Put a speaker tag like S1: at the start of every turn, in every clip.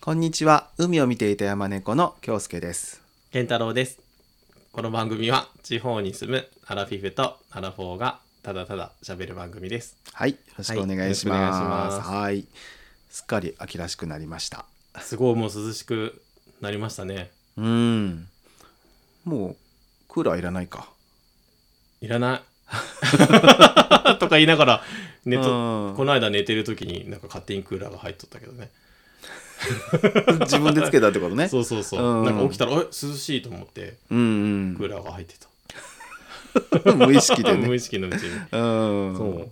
S1: こんにちは海を見ていた山猫の京介です
S2: 健太郎ですこの番組は地方に住むアラフィフとアラフォーがただただ喋る番組です
S1: はいよろしくお願いしますはいすっかり秋らしくなりました
S2: すごいもう涼しくなりましたね
S1: うんもうクーラーいらないか
S2: いらないとか言い ながら寝
S1: うん
S2: とこの間寝てる時になんか勝手にクーラーが入っとったけどね
S1: 自分でつけたってことね
S2: そうそうそう、
S1: うん
S2: なんか起きたらえ涼しいと思って
S1: うん
S2: クーラーが入って
S1: う
S2: た、
S1: ん無意識で
S2: 無
S1: ね
S2: 意識のうちに、
S1: うん
S2: そう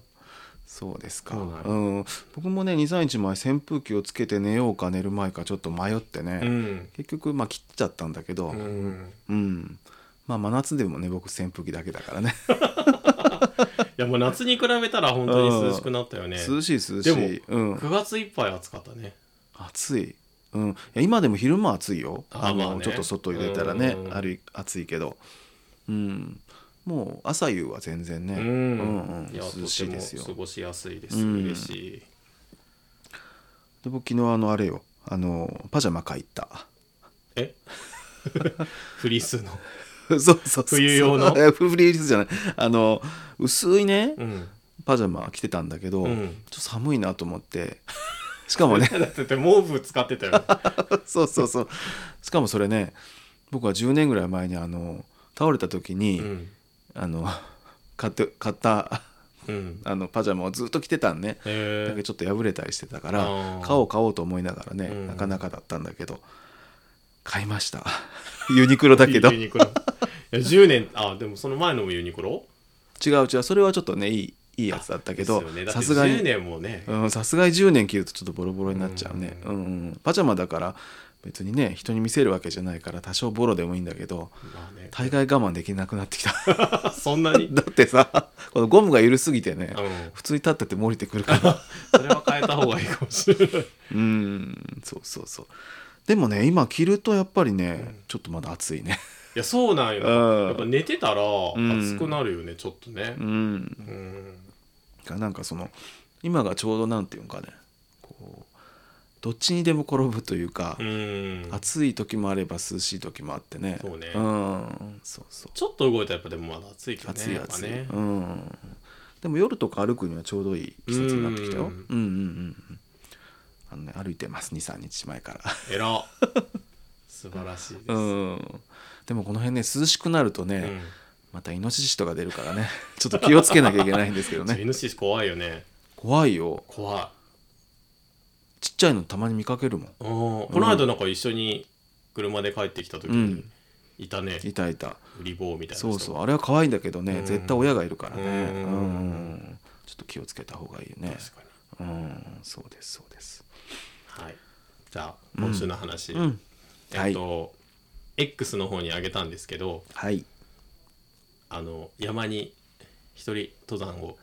S1: そうですか、
S2: そうなん
S1: う
S2: よ
S1: ん、僕もね23日前扇風機をつけて寝ようか寝る前かちょっと迷ってね、
S2: うん、
S1: 結局まあ切っちゃったんだけど、
S2: うん、
S1: うんまあ真夏でもね僕扇風機だけだからね
S2: いやもう夏に比べたら本当に涼しくなったよね、
S1: 涼しい涼し
S2: で
S1: いう
S2: も、
S1: ん、
S2: 9月いっぱい暑かったね
S1: 暑い,、うん、いや今でも昼間暑いよ
S2: あ
S1: の
S2: まあね
S1: ちょっと外入れたらね
S2: うん
S1: ある暑いけど、うん、もう朝夕は全然ね、
S2: う
S1: うんうん
S2: ん、いや
S1: 涼しいですよ
S2: とても過ごしやすいです、
S1: うん
S2: 嬉しい
S1: で僕昨日あのあれよあのパジャマ買い行った
S2: え フリースの
S1: そうそうそう
S2: 冬用の
S1: いや フリースじゃないあの薄いね
S2: うん
S1: パジャマ着てたんだけど、
S2: うん
S1: ちょっと寒いなと思って しかもね
S2: だって毛布使ってたよ
S1: そうそうそうしかもそれね僕は10年ぐらい前にあの倒れた時に、
S2: うん
S1: あの 買って買った
S2: うん
S1: あのパジャマをずっと着てたんねだ
S2: え
S1: けどちょっと破れたりしてたから
S2: あー
S1: 買おう買おうと思いながらね、
S2: うん
S1: なかなかだったんだけど買いました ユニクロだけど違
S2: ユ
S1: う
S2: ニクロいや10年あでもその前のもユニクロ
S1: 違うそれはちょっとねいいいいやつだったけど
S2: ですよねだって
S1: さすが
S2: 10
S1: に
S2: 年もね、
S1: うんさすがに10年着るとちょっとボロボロになっちゃうね、う
S2: うん
S1: うんパジャマだから別にね人に見せるわけじゃないから多少ボロでもいいんだけど
S2: まあね、
S1: 大概我慢できなくなってきた
S2: そんなに、うん
S1: だってさこのゴムが緩すぎてね普通に立ってても降りてくるから
S2: それは変えた方がいいかもしれない
S1: うんそうそうそうでもね今着るとやっぱりね、
S2: うん
S1: ちょっとまだ暑いね
S2: いやそうなんよ、
S1: うん
S2: やっぱ寝てたら
S1: ん
S2: 暑くなるよね、ちょっとね
S1: うん
S2: うん
S1: なんかその今がちょうどなんていうんかねこうどっちにでも転ぶというか、
S2: うん
S1: 暑い時もあれば涼しい時もあってね
S2: そうね
S1: んそうそう
S2: ちょっと動いたらやっぱでもまだ暑いけどね
S1: 暑い
S2: やっぱ
S1: 暑い、
S2: ね
S1: うんでも夜とか歩くにはちょうどいい季節になってきたよう
S2: うんん
S1: うんうんうんあのね歩いてます23日前から
S2: えら素晴らしいです、
S1: うん、でもこの辺ね涼しくなるとね、
S2: うん
S1: またイノシシとか出るからね ちょっと気をつけなきゃいけないんですけど
S2: そう
S1: ね
S2: イノシシ怖いよね
S1: 怖いよ
S2: 怖
S1: ちっちゃいのたまに見かけるもん
S2: いうんこの間なんか一緒に車で帰ってきた時
S1: う
S2: に
S1: ん
S2: いたね、
S1: いたいた
S2: うり坊みたいな人
S1: そうそうあれは可愛いんだけどね、
S2: うん
S1: 絶対親がいるからね
S2: うん
S1: うんうんちょっと気をつけた方がいいよね
S2: 確かに
S1: うんそうですそうです
S2: はいじゃあ今週の話、
S1: うん
S2: えっと、X の方にあげたんですけど
S1: はい
S2: あの山に一人登山を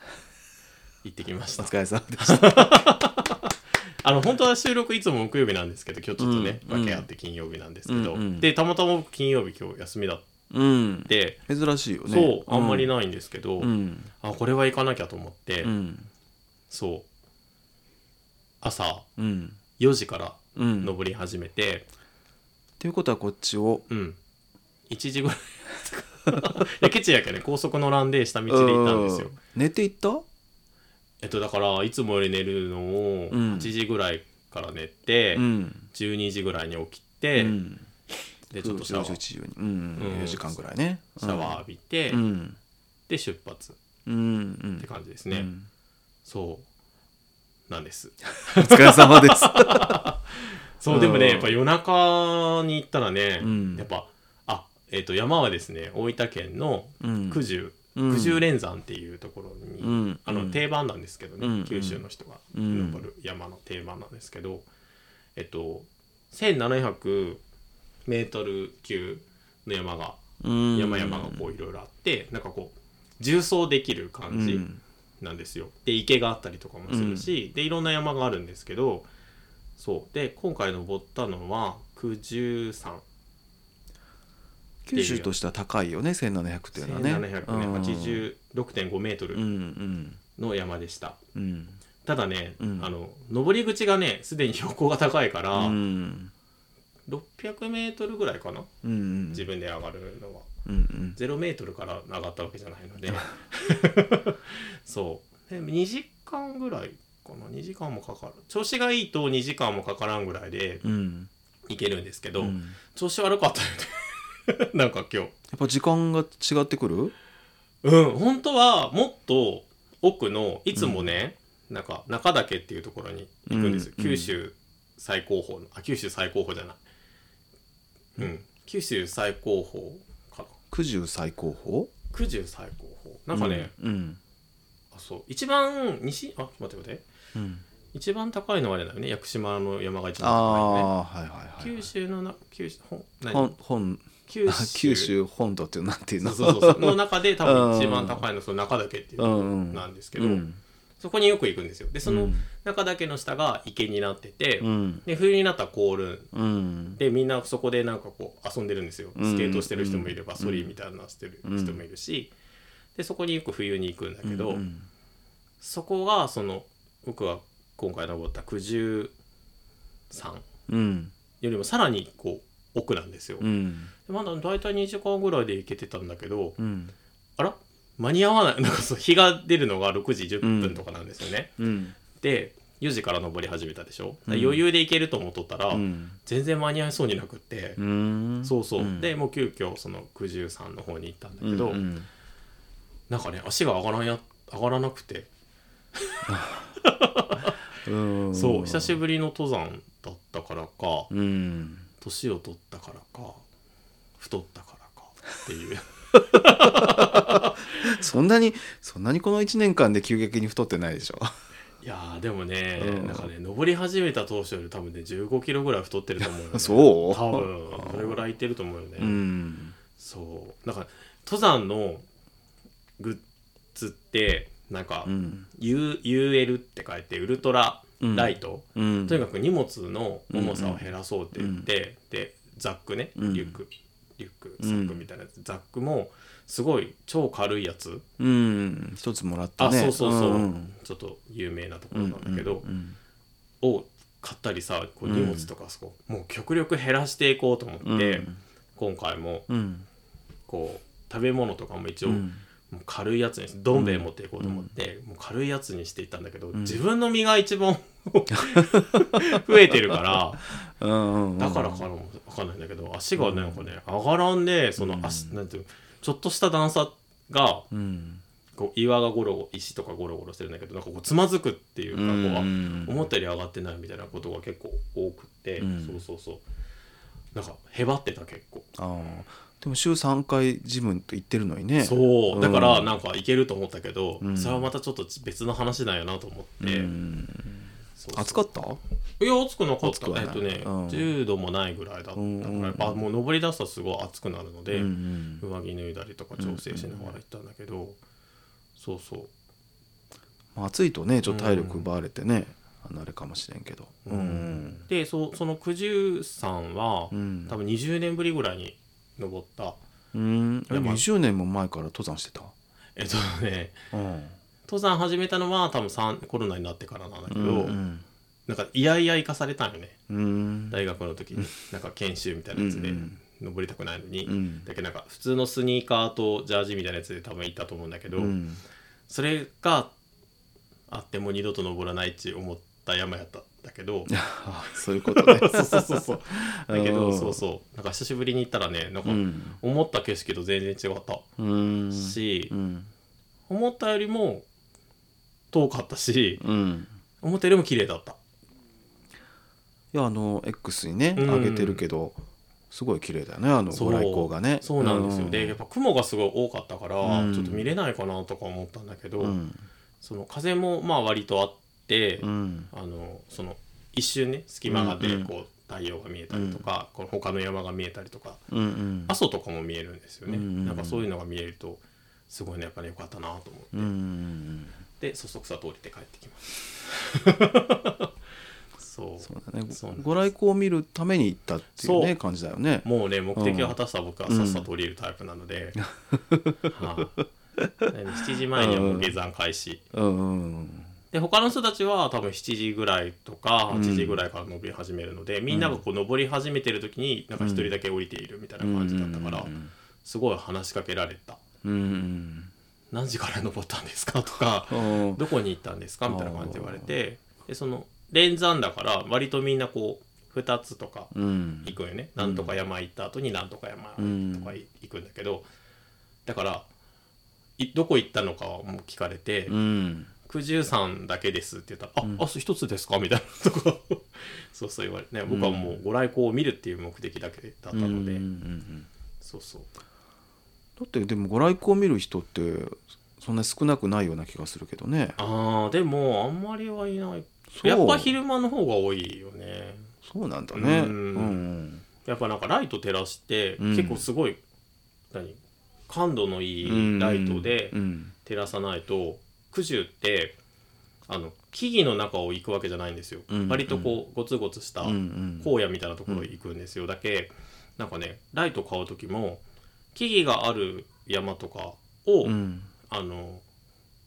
S2: 行ってきまし
S1: お
S2: た
S1: 疲れ様でした
S2: あの本当は収録いつも木曜日なんですけど今日ちょっとね、
S1: うん
S2: 分け合って金曜日なんですけど、
S1: うんうん
S2: でたまたま僕金曜日今日休みだっ
S1: うん
S2: て、
S1: 珍しいよね
S2: そうあんまりないんですけど、
S1: うん
S2: あこれは行かなきゃと思って、
S1: うん
S2: そう朝
S1: うん
S2: 4時から
S1: うん
S2: 登り始めて、
S1: ということはこっちを
S2: うん1時ぐらい いやケチやけどね高速のランで下道で行ったんですよ、
S1: う寝ていった
S2: えっとだからいつもより寝るのを
S1: うん
S2: 8時ぐらいから寝て、
S1: うん
S2: 12時ぐらいに起きて、
S1: うん
S2: でちょっとシャワーシ
S1: 時うん、
S2: うん
S1: 4時間ぐらいね
S2: ャワー浴びて、
S1: うんうん
S2: で出発っ
S1: うんうん
S2: て感じですね、
S1: うん
S2: そうなんです
S1: お疲れ様です
S2: そううんでもねやっぱ夜中に行ったらね、
S1: うん
S2: やっぱあえっと山はですね大分県の
S1: うん
S2: 九十、
S1: うん
S2: 九十連山っていうところに、
S1: うん
S2: あ
S1: う
S2: の
S1: ん
S2: 定番なんですけどね、
S1: うん
S2: 九州の人が
S1: うん
S2: 登る山の定番なんですけど、えっと1700メートル級の山が
S1: うん
S2: 山々がこういろいろあって、なんかこう縦走できる感じ、
S1: うん
S2: なんですよ。で池があったりとかもするし、でいろんな山があるんですけどそうで今回登ったのは九十三
S1: 九州としては高いよね1700っていうのはね
S2: 1700ね86.5メート
S1: うんう
S2: ル
S1: ん
S2: の山でした。
S1: うん
S2: ただね、
S1: うん
S2: あの登り口がねすでに標高が高いから、
S1: うん
S2: 600メートルぐらいかな
S1: うんうん
S2: 自分で上がるのは、
S1: うんうん
S2: 0メートルから上がったわけじゃないの でそうで2時間ぐらいかな2時間もかかる調子がいいと2時間もかからんぐらいで
S1: うん
S2: 行けるんですけど、
S1: うん
S2: 調子悪かったよね なんか今日
S1: やっぱ時間が違ってくる
S2: うん本当はもっと奥のいつもね、なんか中岳っていうところに行くんですよ、
S1: うん
S2: 九州最高峰のあ九州最高峰じゃないうん九州最高峰かな
S1: 九十最高峰
S2: 九十最高峰なんかね、
S1: うん
S2: あそう一番西あ待って待って
S1: うんうん
S2: 一番高いのはあれだよね屋久島の山が一
S1: あ
S2: 番高いよね
S1: あはいはいは
S2: 九州のな九州ほん
S1: い
S2: 何
S1: 本本
S2: 九
S1: あ九州本土っていうなんていう
S2: そ
S1: の
S2: うそうそうそうの中で多分一番高いのその中岳っていううん
S1: うん
S2: なんですけど、
S1: うん
S2: そこによく行くんですよでその
S1: うん
S2: 中岳の下が池になってて、
S1: うん
S2: で冬になったら凍るん
S1: うん
S2: でみんなそこでなんかこう遊んでるんですよ
S1: うん
S2: スケートしてる人もいれば、
S1: うん
S2: ソリみたいなのしてる人もいるし、でそこによく冬に行くんだけど、
S1: うん
S2: そこがその僕が今回登った九十三
S1: うん
S2: よりもさらにこう奥なんですよ、
S1: うんうん
S2: でまだ大体2時間ぐらいで行けてたんだけど
S1: うん
S2: あら間に合わないなん かそう日が出るのが6時10分とかなんですよね、
S1: うん
S2: で4時から登り始めたでしょ、だから
S1: うん
S2: 余裕で行けると思っとったら、
S1: うん
S2: 全然間に合いそうになくって、
S1: うん
S2: そうそう、
S1: ん
S2: でもう急遽その九十三の方に行ったんだけど、
S1: うんうん
S2: なんかね足が上がらんや上がらなくて、
S1: うん
S2: そう久しぶりの登山だったからか
S1: うん
S2: 年を取ったからか太ったからかっ ていう
S1: そんなにそんなにこの1年間で急激に太ってないでしょ
S2: いやーでもね、
S1: うん
S2: なんかね登り始めた当初より多分ね1 5キロぐらい太ってると思うよ、ね、
S1: そう
S2: 多分それぐらいいってると思うよね、
S1: うん
S2: そうなんか登山のグッズってなんか、
S1: うん
S2: U UL って書いてウルトラライト、
S1: うん
S2: とにかく荷物の重さを減らそうって言って、でザックね
S1: うん
S2: リュック、リュックサックみたいなやつ、ザックもすごい超軽いやつ、
S1: うん一つもらった
S2: あ
S1: ね
S2: そうそうそう、
S1: うん
S2: ちょっと有名なとこ
S1: う
S2: ろ
S1: ん
S2: なんだけど、
S1: うん
S2: を買ったりさこう荷物とかそこ、もう極力減らしていこうと思って、
S1: うん
S2: 今回も
S1: うん
S2: こう食べ物とかも一応、
S1: うん
S2: もう軽いやつにしてどん兵衛持っていこうと思って、もう軽いやつにしていったんだけど、自分の身が一 番増えてるから
S1: うんうんうん
S2: だからかも分かんないんだけど足がなんかね上がらんでその足、なんていうのちょっとした段差が
S1: うん
S2: こう岩がゴロゴロ石とかゴロゴロしてるんだけどなんかこうつまずくっていうかこうあ
S1: うん
S2: 思ったより上がってないみたいなことが結構多くて、
S1: うん
S2: そうそうそうなんかへばってた結構、
S1: あーでも週3回ジムと行ってるのにね
S2: そうだか
S1: う
S2: ら
S1: ん
S2: なんかいけると思ったけど、
S1: うん
S2: それはまたちょっと別の話なんやなと思って、
S1: うん
S2: そうそう
S1: 暑かった
S2: いや暑くなかっ
S1: 暑くは
S2: た
S1: ない
S2: えっとね、
S1: うん
S2: 10度もないぐらいだったから
S1: うんうんうん
S2: やっぱもう登り出すとすごい暑くなるので、
S1: うんうん
S2: 上着脱いだりとか調整しながら行ったんだけど、そうそう
S1: まあ暑いとねちょっと体力奪われてねあのあれかもしれんけど
S2: うんでそその九十三は、
S1: うん
S2: 多分20年ぶりぐらいに登った
S1: うんえ
S2: いやまあ
S1: 20年も前から登山してた
S2: えっとね
S1: うん
S2: 登山始めたのは多分三コロナになってからなんだけど、
S1: うん
S2: なんかいやいや行かされたんよね
S1: うん
S2: 大学の時になんか研修みたいなやつで
S1: うんうん
S2: 登りたくないのに、
S1: うん
S2: だけどなんか普通のスニーカーとジャージみたいなやつで多分行ったと思うんだけど、
S1: うん
S2: それがあってもう二度と登らないって思った山やったんだけど
S1: あ そういうことね
S2: そうそうそう そうだけ
S1: う
S2: ど
S1: ん
S2: そうそうなんか久しぶりに行ったらねなんか
S1: うん
S2: 思った景色と全然違った
S1: うん
S2: し
S1: う、ん
S2: 思ったよりも遠かったし
S1: うん
S2: 思ったよりも綺麗だった。
S1: いやあの X にね
S2: うん
S1: 上げてるけどすごい綺麗だよねあの
S2: そう
S1: ご来光がね
S2: そうなんですよ、
S1: う
S2: でやっぱ雲がすごい多かったから、
S1: うん
S2: ちょっと見れないかなとか思ったんだけど、
S1: うん
S2: その風もまあ割とあって、
S1: うん
S2: あのその一瞬ね隙間があって
S1: うんうん
S2: こう太陽が見えたりとか、この他の山が見えたりとか
S1: うんうん
S2: 阿蘇とかも見えるんですよね、
S1: うんうんうん
S2: なんかそういうのが見えるとすごいねやっぱり良かったなと思
S1: うんうん
S2: ってそそくさ通りて帰ってきま した。そう
S1: そうだね
S2: そうなんです
S1: ご来光を見るために行ったっていう
S2: そ
S1: ね
S2: う
S1: 感じだよね
S2: もうね目的を果たした僕はさっさと降りるタイプなので、はい7時前にはもう下山開始
S1: うんうん
S2: で他の人たちは多分7時ぐらいとか8時ぐらいから登り始めるので、みんながこう登り始めてる時になんか1人だけ降りているみたいな感じだったから、
S1: うん
S2: すごい話しかけられた
S1: うん
S2: 「何時から登ったんですか?」と か
S1: うんうん
S2: 「どこに行ったんですか?」みたいな感じで言われてでその連山だから割とみんなこう2つとか
S1: うん
S2: 行くんよね、なんとか山行った後になんとか山とかい行くんだけど、だからいどこ行ったのかをもう聞かれて
S1: うん
S2: 「九十三だけです」って言ったら「ああそう一つですか?」みたいなとか そうそう言われてね僕はもうご来光を見るっていう目的だけだったので、
S1: うんうんうん
S2: そうそう
S1: だってでもご来光見る人ってそんな少なくないような気がするけどね
S2: ああでもあんまりはいない
S1: そう
S2: やっぱ昼間の方が多いよね
S1: そうなんだね
S2: う
S1: うんんうん
S2: やっぱなんかライト照らして、
S1: うん
S2: 結構すごい何感度のいいライトで
S1: うん
S2: 照らさないと九十ってあの木々の中を行くわけじゃないんですよ、
S1: うん
S2: 割とこうゴツゴツした
S1: うんうん
S2: 荒野みたいなところへ行くんですよ、だけなんかねライト買う時も木々がある山とかを、
S1: うん
S2: あの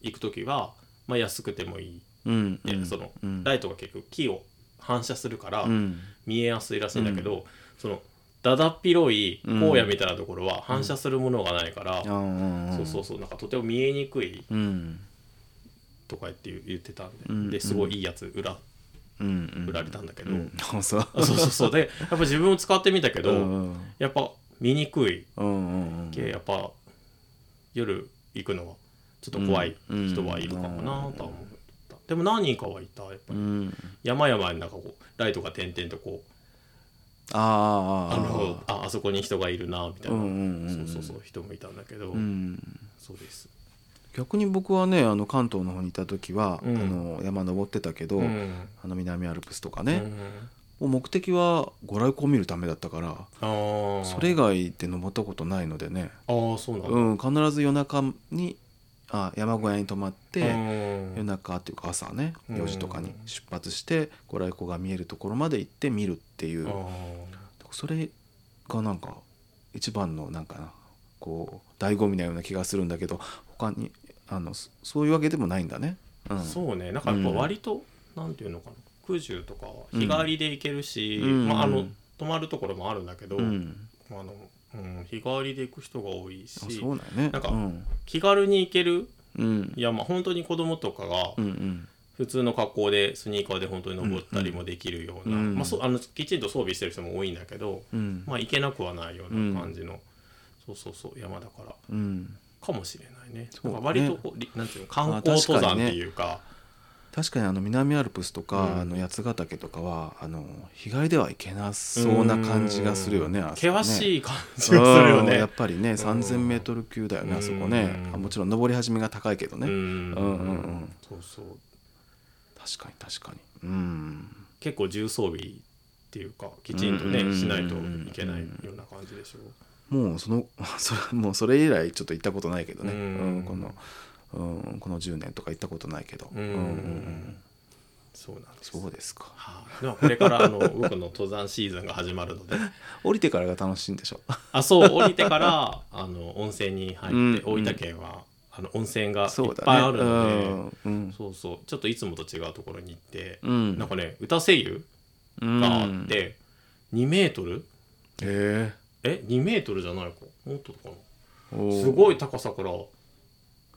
S2: 行く時は、まあ、安くてもいい
S1: うん
S2: で
S1: うん
S2: その
S1: うん
S2: ライトが結局木を反射するから、
S1: うん
S2: 見えやすいらしいんだけど、そのだだっ広い荒野みたいなところは反射するものがないから、
S1: あー
S2: そうそうそうなんかとても見えにくい
S1: うん
S2: とか言って言ってたんで,、
S1: うん
S2: ですごいいいやつ売ら
S1: うんうん
S2: 売られたんだけど、
S1: うんあそう
S2: あ そうそうそうでやっぱ自分を使ってみたけど、
S1: うんうん
S2: やっぱ見にくい
S1: うんうんうん
S2: けやっぱ夜行くのはちょっと怖い人はいるかもなとは思った、でも何人かはいたやっぱり
S1: うん
S2: 山々になんかこうライトが点々とこう
S1: ああああ
S2: あのああそこに人がいるなみたいな、
S1: うんうんうん
S2: そうそうそう人もいたんだけど、
S1: うん
S2: そうです、
S1: 逆に僕はねあの関東の方にいた時は、
S2: うん
S1: あの山登ってたけど、
S2: うん
S1: あの南アルプスとか
S2: う
S1: ね、
S2: ん
S1: もう目的はご来光見るためだったから
S2: あー
S1: それ以外で登ったことないのでね、
S2: あーそうなんだ、
S1: うん、必ず夜中にあ山小屋に泊まって、
S2: う
S1: 夜
S2: ん
S1: 中っていうか朝ね
S2: うん
S1: 4時とかに出発してご来光が見えるところまで行って見るっていう、
S2: あ
S1: それがなんか一番のなんかなこう醍醐味なような気がするんだけど他にあのそそういうわけでもないんだね。うん、
S2: ーそうねなんかやっぱ割と、なんていうのかな空中とかは日帰りで行けるし、
S1: うん
S2: まあ、あ
S1: う
S2: の
S1: ん
S2: 泊まるところもあるんだけど、
S1: うん、
S2: あのうん、日帰りで行く人が多いし
S1: あそうだよね。
S2: なんか
S1: うん
S2: 気軽に行ける
S1: うん
S2: 山本当に子供とかが
S1: うんうん
S2: 普通の格好でスニーカーで本当に登ったりもできるような、
S1: うん
S2: まあ、そうあのきちんと装備してる人も多いんだけど、
S1: うん
S2: まあ、行けなくはないような感じの、そうそうそう山だから
S1: うん
S2: かもしれないね
S1: うね
S2: なんか割とこうりなんていうの観光登山っていうか
S1: 確かにあの南アルプスとか、
S2: うん
S1: あの八ヶ岳とかはあの日帰りでは行けなそうな感じがするよね。あそこね
S2: 険 しい感じがするよ
S1: うん
S2: ね
S1: やっぱりね、3000m 級だよね、あそこね
S2: うん。
S1: あもちろん登り始めが高いけど
S2: う
S1: ね。
S2: ん
S1: うんうんうん
S2: そうそう
S1: 確かに確かに。うん。
S2: 結構重装備っていうかきちんとね、
S1: うん
S2: しないといけないような感じでしょう、
S1: もうその それもうそれ以来ちょっと行ったことないけどね、
S2: う
S1: うんんこの、うん、この10年とか行ったことないけど、
S2: うん
S1: うんうん
S2: そうなんです
S1: そうですか
S2: はいでもこれからあの僕の登山シーズンが始まるので
S1: 降りてからが楽しいんでしょ
S2: あそう降りてからあの温泉に入って、
S1: うん
S2: 大分県はあの温泉がいっ
S1: そうだね
S2: ぱいあるので
S1: う
S2: そう,、
S1: ん
S2: そうちょっといつもと違うところに行って、
S1: うん
S2: なんかね歌声優
S1: うん
S2: があって、2メートル
S1: へ
S2: え2メートルじゃないかもっとかな
S1: えおー
S2: すごい高さから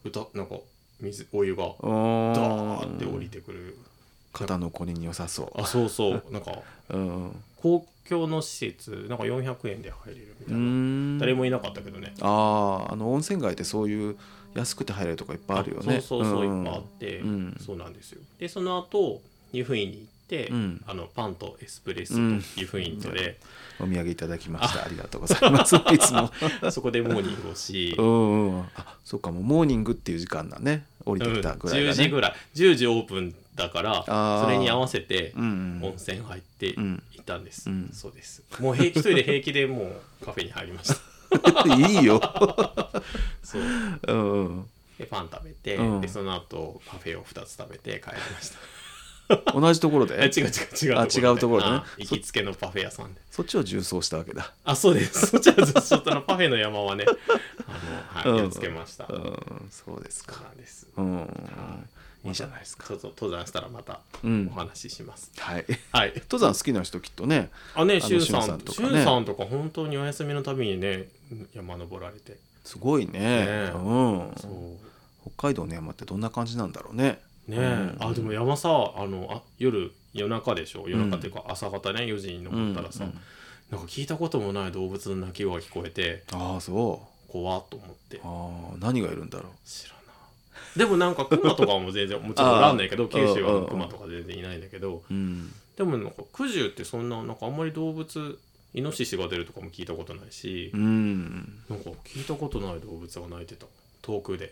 S2: 歌なんか水お湯が
S1: お
S2: ダーって
S1: ー
S2: 降りてくる
S1: 肩のこりに良さそ
S2: あそう そうなんか
S1: ううん
S2: 公共の施設なんか400円で入れるみた
S1: う
S2: いな、
S1: ん
S2: 誰もいなかったけどね
S1: あああの温泉街ってそういう安くて入れるとこいっぱいあるよね
S2: そうそうそう、
S1: ん
S2: いっぱいあって、
S1: うん
S2: そうなんですよでその後湯布院に行って、
S1: うん
S2: あのパンとエスプレッソ
S1: うん
S2: と湯布院とで、
S1: お土産いただきましたありがとうございますいつも
S2: そこでモーニングをし、
S1: う
S2: うん
S1: んうんあそっかもうモーニングっていう時間だね降りてきたぐらい
S2: 10
S1: だ
S2: 時
S1: ね
S2: ぐらい10時オープンだから
S1: あー
S2: それに合わせて
S1: うんうん
S2: 温泉入ってい
S1: うん
S2: たんです、
S1: うん
S2: そうですもう平気一人で平気でもうカフェに入りました
S1: いいよ
S2: そう
S1: うんうん
S2: でパン食べて、
S1: うん
S2: でその後パフェを2つ食べて帰りました
S1: 同じところ
S2: え
S1: で
S2: 違う違う違う
S1: あ違うところでね
S2: あ行きつけのパフェ屋さんで
S1: そっちを重装したわけだ
S2: あ、そうです。 そちらずちょっとあのパフェの山はね、あの、はい、
S1: うん
S2: やっつけました。
S1: うんそうです
S2: そう
S1: か
S2: なんです。
S1: うんいいじゃないですか。
S2: そうそう登山したらまた
S1: うん
S2: お話しします、
S1: はい。
S2: はい
S1: 登山好きな人きっとね。
S2: あね
S1: あの
S2: しゅうさん
S1: しゅうさ
S2: さ
S1: ん
S2: ん
S1: と
S2: と
S1: かね
S2: か、しゅうさんとか本当にお休みのたびにね山登られて
S1: すごいね。
S2: ね
S1: うん。
S2: そう
S1: 北海道の山ってどんな感じなんだろうね。
S2: ね、
S1: うん
S2: あでも山さあのあ夜夜中でしょ夜中っていうか朝方ね4時に登ったらさ、
S1: うんうん
S2: なんか聞いたこともない動物の鳴き声が聞こえて
S1: ああそ
S2: 怖っと思って
S1: う。ああ何がいるんだろう。
S2: 知らないでもなんか熊とかも全然もちろんおらんないけ
S1: あ
S2: ど
S1: ー
S2: 九州
S1: うんうん
S2: は
S1: うん
S2: 熊とか全然いないんだけど
S1: うん。
S2: でもなんか九十ってそんななんかあんまり動物イノシシが出るとかも聞いたことないし
S1: う、ん。
S2: なんか聞いたことない動物が鳴いてた遠くで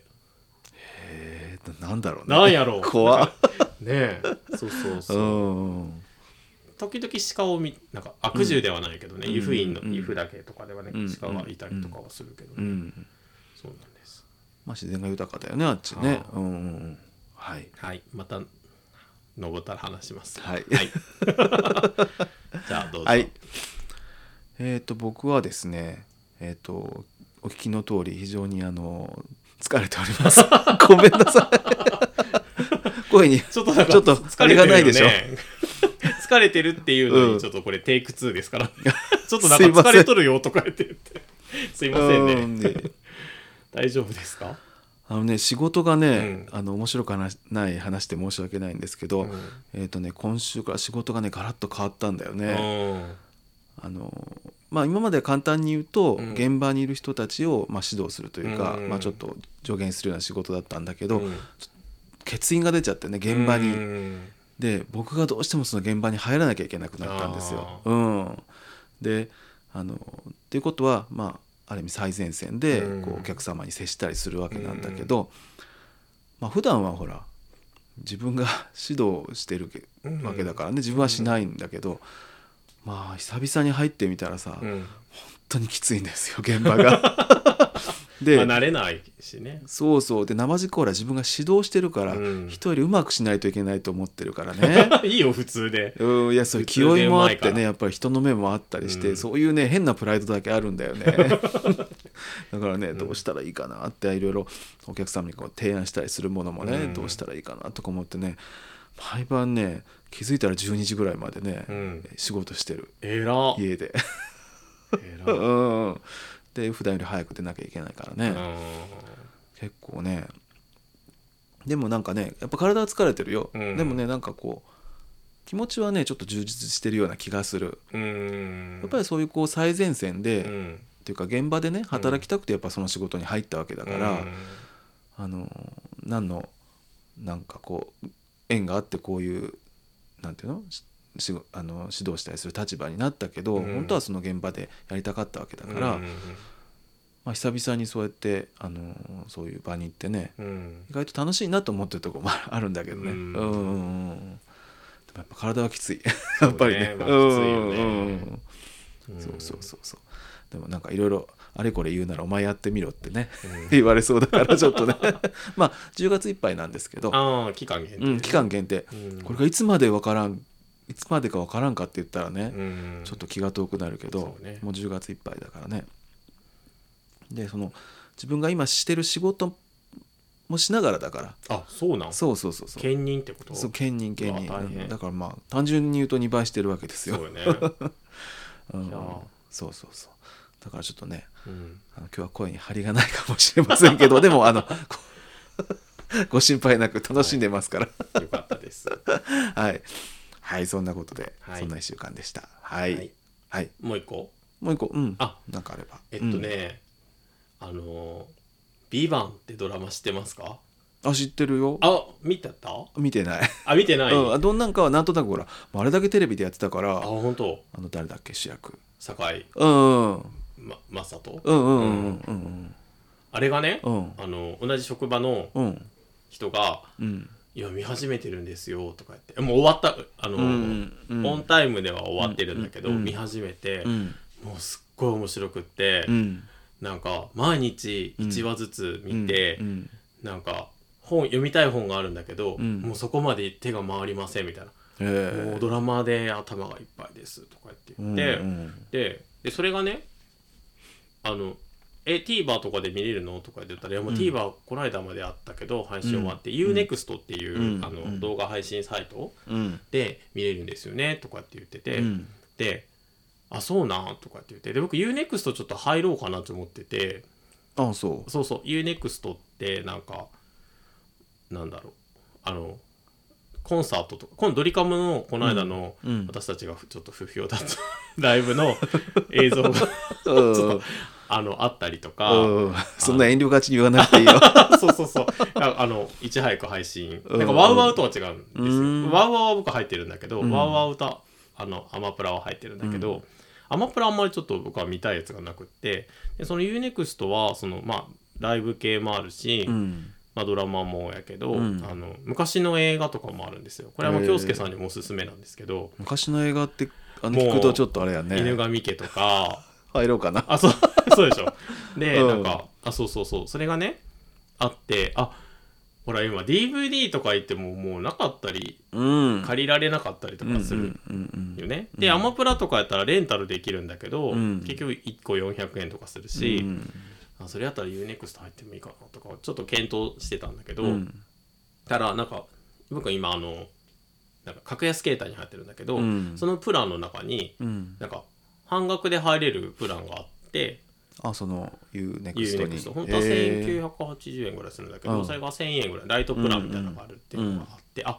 S1: へえなんだろうね。
S2: なんやろう
S1: 怖っ。
S2: ねえそうそう
S1: う
S2: そう、
S1: んうん。
S2: 時々鹿を見なんか悪獣ではないけどね、
S1: うん
S2: 湯布院の
S1: うん
S2: 湯布岳とかではね、
S1: うん
S2: 鹿がいたりとかはするけどね、
S1: うん。
S2: そうなんです
S1: まあ自然が豊かだよねあっちね
S2: は。
S1: うんうんうん。はい。
S2: はいまた登ったら話します
S1: はい
S2: はいじゃあどうぞ
S1: はい。えっ、と僕はですね、えっ、とお聞きの通り非常にあの疲れており ます。ごめんなさい。声に
S2: ちょっとなんか
S1: ちょっと
S2: 疲れてるよ、ね、
S1: あれがないでしょ
S2: 疲れてるっていうの
S1: うん
S2: にちょっとこれテイク2ですか ら、ちょっとなんか疲れとるよとか言って言 ってすいませんね
S1: うんね
S2: 大丈夫ですか、
S1: あのね仕事がね、
S2: う
S1: あの面白く話ない話で申し訳ないんですけど、
S2: うん
S1: えっ、とね今週から仕事がねガラッと変わったんだよね。
S2: うん
S1: あのまあ、今までは簡単に言うと、
S2: うん
S1: 現場にいる人たちを、まあ、指導するというか、
S2: うん
S1: まあ、ちょっと助言するような仕事だったんだけど、
S2: うん
S1: 欠員が出ちゃってね現場に、
S2: うん
S1: で僕がどうしてもその現場に入らなきゃいけなくなったんですよ
S2: あ。
S1: うん、であのっていうことは、まあ、ある意味最前線で
S2: うん
S1: こうお客様に接したりするわけなんだけど、まあ普段はほら自分が 指導してるけ
S2: うん
S1: わけだからね自分はしないんだけど、まあ久々に入ってみたらさ、
S2: う
S1: 本
S2: ん
S1: 当にきついんですよ現場が。 で、
S2: まあ、慣れないしね
S1: そうそうで生地コーラ自分が指導してるから、
S2: うん
S1: 人よりうまくしないといけないと思ってるからね。
S2: いいよ普通で
S1: うん、いやそういう
S2: 普
S1: 気
S2: 通で
S1: 負いもあっ
S2: うま
S1: て
S2: いから
S1: ねやっぱり人の目もあったりして、
S2: うん
S1: そういうね変なプライドだけあるんだ よねだからねどうしたらいいかなっていろいろお客様にこう提案したりするものもね、
S2: うん
S1: どうしたらいいかなとか思ってね毎晩ね気づいたら12時ぐらいまでね、
S2: うん
S1: 仕事してる
S2: えら
S1: 家で
S2: え
S1: う
S2: らうん
S1: ん うんで普段より早く出なきゃいけないからね、結構ねでもなんかねやっぱ体は疲れてるよ、
S2: うん
S1: でもねなんかこう気持ちはねちょっと充実してるような気がする
S2: うん
S1: やっぱりそういうこう最前線で、
S2: う
S1: っ
S2: ん
S1: ていうか現場でね働きたくてやっぱその仕事に入ったわけだから、
S2: うん
S1: あの何のなんかこう縁があってこういうなんていうのししあの指導したりする立場になったけど、
S2: うん
S1: 本当はその現場でやりたかったわけだから、
S2: うん
S1: まあ、久々にそうやってあのそういう場に行ってね
S2: うん
S1: 意外と楽しいなと思ってるとこもあるんだけどね。う
S2: うんん
S1: うんうんでもやっぱ体はきついやっぱりね。
S2: そうねまあきつい
S1: う
S2: よね
S1: んうんうん
S2: うん
S1: そうそうそうそうでもなんかいろいろあれこれ言うならお前やってみろってね
S2: うん
S1: 言われそうだからちょっとね まあ10月いっぱいなんですけど、
S2: ああ期間限定
S1: うん、期間限定
S2: うん
S1: これがいつまでわからんいつまでかわからんかって言ったらね、
S2: うん
S1: ちょっと気が遠くなるけど
S2: そうね
S1: もう10月いっぱいだからねでその自分が今してる仕事もしながらだから
S2: あそうなん
S1: そうそうそうそう
S2: 兼任ってこと
S1: そう兼任兼任
S2: うわ大変
S1: うんだからまあ単純に言うと2倍してるわけです
S2: そ
S1: よ
S2: うよね
S1: うん
S2: いやー
S1: そうそうそうだからちょっとね
S2: うん
S1: あの今日は声に張りがないかもしれませんけどでもあのこ ご心配なく楽しんでますから
S2: よかったです
S1: はい、はいそんなことで、
S2: はい
S1: そんな1週間でしたはい、は
S2: はいいもう一個
S1: もう一個うん
S2: あ
S1: なんかあれば
S2: えっとねあのー「ビバンってドラマ知ってますか
S1: うんあ知ってるよ
S2: あ見てた
S1: 見てない、
S2: あ見てない
S1: うん、あ
S2: あ
S1: どんなんかはなんとなくほらもうあれだけテレビでやってたからあ
S2: 本当
S1: の誰だっけ主役
S2: 酒井
S1: うんうん
S2: ま雅人
S1: うんうんうん
S2: あれがね
S1: うんうん
S2: あの同じ職場の
S1: うん
S2: 人が
S1: うん
S2: 「いや見始めてるんですよ」とか言ってもう終わったあの、
S1: うん
S2: オンタイムでは終わってるんだけど、
S1: うんうん
S2: 見始めて、
S1: うん
S2: もうすっごい面白くって、
S1: うん
S2: なんか毎日1話ずつ見て、
S1: うん
S2: なんか本読みたい本があるんだけど、
S1: うん
S2: もうそこまで手が回りませんみたいな
S1: え
S2: 「もう
S1: ー
S2: ドラマで頭がいっぱいです」とか言って
S1: う
S2: 言
S1: ん
S2: って、
S1: うん
S2: ででそれがねあのえ TVer とかで見れるの?」とか言ったら「いやもう
S1: うん
S2: TVer この間まであったけど配信終わって、
S1: うん
S2: UNEXT っていう、
S1: うん
S2: あの
S1: うん
S2: 動画配信サイト
S1: うん
S2: で見れるんですよね」とかって言ってて、
S1: うん
S2: で「あそうなん」とかって言ってで僕 UNEXT ちょっと入ろうかなと思ってて
S1: あそ
S2: そうそう UNEXT ってなんかなんだろうあのコンサートとか今度ドリカムのこの間の、
S1: ううん
S2: 私たちがちょっと不評だった ライブの映像が
S1: うん
S2: あのあったりとか、
S1: うんそんな遠慮がちに言わなくていいよ
S2: そうそうそう。ああの、いち早く配信。
S1: うん
S2: なんか、ワウワウとは違うんです
S1: うん
S2: よ。ワウワウは僕入ってるんだけど、
S1: うん
S2: ワウワウと、あの、アマプラは入ってるんだけど、アマプラあんまりちょっと僕は見たいやつがなくって、でその UNEXT は、その、まあ、ライブ系もあるし、
S1: うん
S2: まあ、ドラマもやけど、
S1: うん
S2: あの昔の映画とかもあるんですよ。これはもう京介さんにもおすすめなんですけど、
S1: 昔の映画ってあの
S2: もう
S1: 聞くとちょっとあれやね
S2: 犬神家とか、
S1: 入ろうかな
S2: あそうそうでしょで、
S1: うん
S2: なんかあそうそうそうそれがねあってあほら今 DVD とか言ってももうなかったり
S1: うん
S2: 借りられなかったりと
S1: うんう
S2: かする
S1: んうん
S2: よね、でアマプラとかやったらレンタルできるんだけど、
S1: うん
S2: 結局1個400円とかする
S1: うん
S2: し、
S1: うん
S2: あそれやったら UNEXT 入ってもいいかなとかちょっと検討してたんだけど、
S1: うん
S2: ただなんか僕今あのなんか格安携帯に入ってるんだけど、
S1: うん
S2: そのプランの中に
S1: うん
S2: なんか半額で入れるプランがあって
S1: あその UNEXT に
S2: UNEXT 本当は
S1: へー
S2: 1980円ぐらいするんだけ
S1: う
S2: ど
S1: ん
S2: それが1000円ぐらいライトプランみたいなのがあるっていうのがあってあ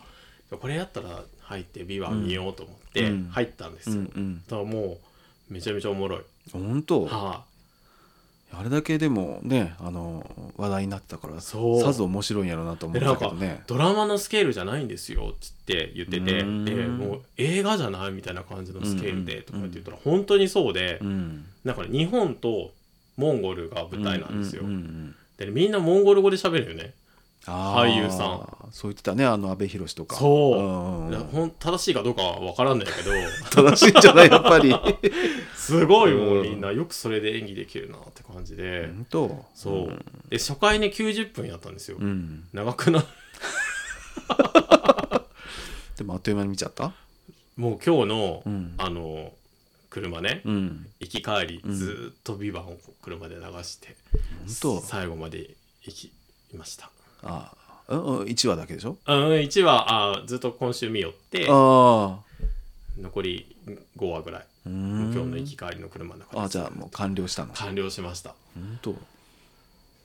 S2: これやったら入ってビワ見ようと思って
S1: うん
S2: 入ったんです
S1: う
S2: よ
S1: んうん
S2: だからもうめちゃめちゃおもろい
S1: 本当
S2: は
S1: あれだけでもねあの話題になってたからさ
S2: そう
S1: ぞ面白いんやろうなと思
S2: いで
S1: っ
S2: な
S1: た
S2: ん
S1: けど
S2: か
S1: ね
S2: ドラマのスケールじゃないんですよっつって言っててで
S1: うん
S2: もう映画じゃないみたいな感じのスケールでとかって言ったら本当にそうで
S1: うん
S2: なんかね日本とモンゴルが舞台なんですよ
S1: うううんうん
S2: でみんなモンゴル語で喋るよね
S1: あー
S2: 俳優さん
S1: そう言ってたねあの阿部寛とか
S2: そう
S1: う
S2: ん
S1: んう
S2: なんほん正しいかどうかは分からんないけど
S1: 正しいんじゃないやっぱ り
S2: すごいも
S1: う
S2: うんみんなよくそれで演技できるなって感じで、
S1: 本当
S2: そうで初回ね90分やったんですよ、
S1: うん
S2: 長くない
S1: でもあっという間に見ちゃった
S2: もう今日の、
S1: うん
S2: あの車ね、
S1: うん
S2: 行き帰り
S1: ん
S2: ずーっと「ビバンを車で流して、
S1: 本当
S2: 最後まで行きました
S1: あうんうん1話だけでしょ
S2: うん1話あーずっと今週見よって
S1: あ
S2: 残り5話ぐらい
S1: あ
S2: 今
S1: 今
S2: 日の行き帰りの車の中
S1: あ
S2: で
S1: じゃあもう完了したの
S2: 完了しました
S1: 本当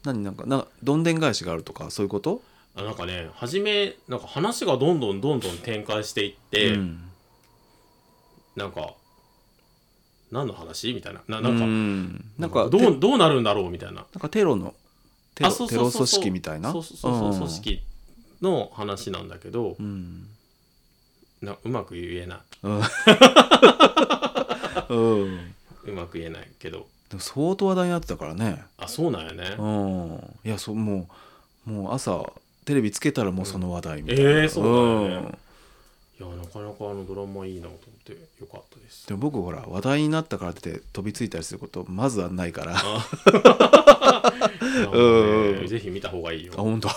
S1: 何なんかなどんでん返しがあるとかそういうこと
S2: あなんかね初めなんか話がどんどんどんどん展開していって、
S1: うん
S2: なんか何の話みたいなな
S1: な
S2: なんん
S1: か
S2: か、
S1: なんか
S2: ど
S1: て
S2: うどうなるんだろうみたいな
S1: なんかテロのテロ
S2: あそう
S1: テ
S2: そう
S1: ロ
S2: そう
S1: 組
S2: そう
S1: 織みたいな
S2: そうそうそう
S1: うん
S2: 組織の話なんだけど
S1: うん
S2: なうまく言えな
S1: うんうん
S2: いうまく言えないけど
S1: でも相当話題になってたからね
S2: あそうなんやね
S1: うんいやそうもうもう朝テレビつけたらもうその話題みたいな、
S2: ええそうだ
S1: ん
S2: よねいやなかなかあのドラマいいなと思ってよかったです
S1: でも僕ほら話題になったからって飛びついたりすることまずはないからあ
S2: なんかね
S1: うんうん
S2: ぜひ見た方がいいよ
S1: 本当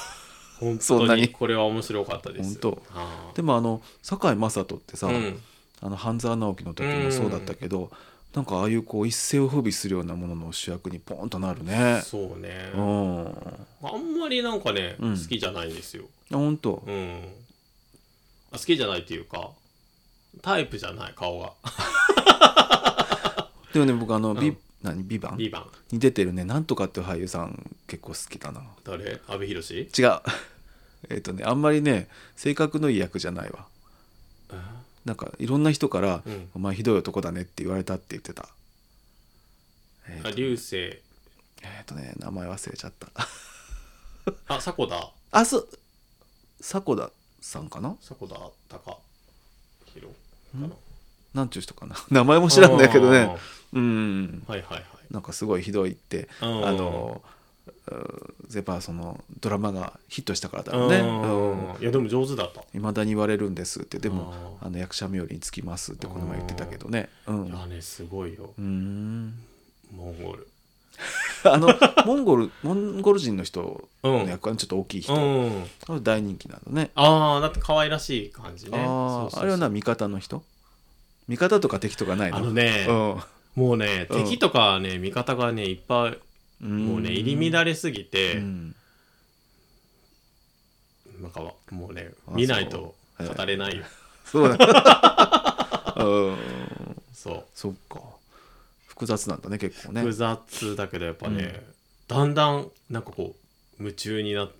S2: 本
S1: そん
S2: 当
S1: なに
S2: にこれは面白かったです
S1: 本
S2: あ
S1: でもあの堺雅人ってさ、
S2: ーうん
S1: あの半沢直樹の時もそうだったけど、なんかああいうこう一世を風靡するようなものの主役にポンとなるね
S2: そうね
S1: うんあ
S2: あんまりなんかね
S1: うん
S2: 好きじゃないんですよ
S1: 本当
S2: うんあ好きじゃないっていうかタイプじゃない顔が
S1: でもね僕あの「ビ
S2: うん
S1: 何ビバン
S2: 2番
S1: に出てるねなんとかっていう俳優さん結構好きだな
S2: 誰阿部寛
S1: 違う えっとねあんまりね性格のいい役じゃないわなんかいろんな人から「
S2: うん
S1: お前ひどい男だね」って言われたって言ってたえっ、
S2: あ
S1: と
S2: 流星
S1: えーとね名前忘れちゃった
S2: あ迫田
S1: あそ迫田さんかな
S2: 迫田隆弘かな
S1: なんちゅう人かな 名前も知らんだけどね
S2: あ
S1: うん
S2: ーはいはいはい
S1: なんかすごいひどいって
S2: あ
S1: あのうんやっぱそのドラマがヒットしたからだろうねうん
S2: いやでも上手だった
S1: いまだに言われるんですってでも
S2: あ
S1: あの役者冥利につきますってこの前言ってたけどねうん
S2: いうやねすごいよ
S1: ーん
S2: モンゴル
S1: あ のモンゴルモンゴル人の人
S2: う
S1: の
S2: ん
S1: 役はちょっと大きい人、
S2: うん
S1: あれ大人気なのね
S2: ああだって可愛らしい感じ
S1: あ
S2: ねそうそうそ
S1: あ
S2: う
S1: あれはな味方の人味方とか敵とかない
S2: あ
S1: の
S2: のね
S1: うん
S2: もうね
S1: うん
S2: 敵とかね味方がねいっぱいもうね入り乱れすぎ
S1: れ
S2: て、
S1: うん、
S2: なんかわもうね
S1: あ
S2: 見ないと
S1: そう
S2: 語れないよ
S1: そうだうん
S2: そう
S1: そっか複雑なんだね結構ね
S2: 複雑だけどやっぱね、だんだんなんかこう夢中になって、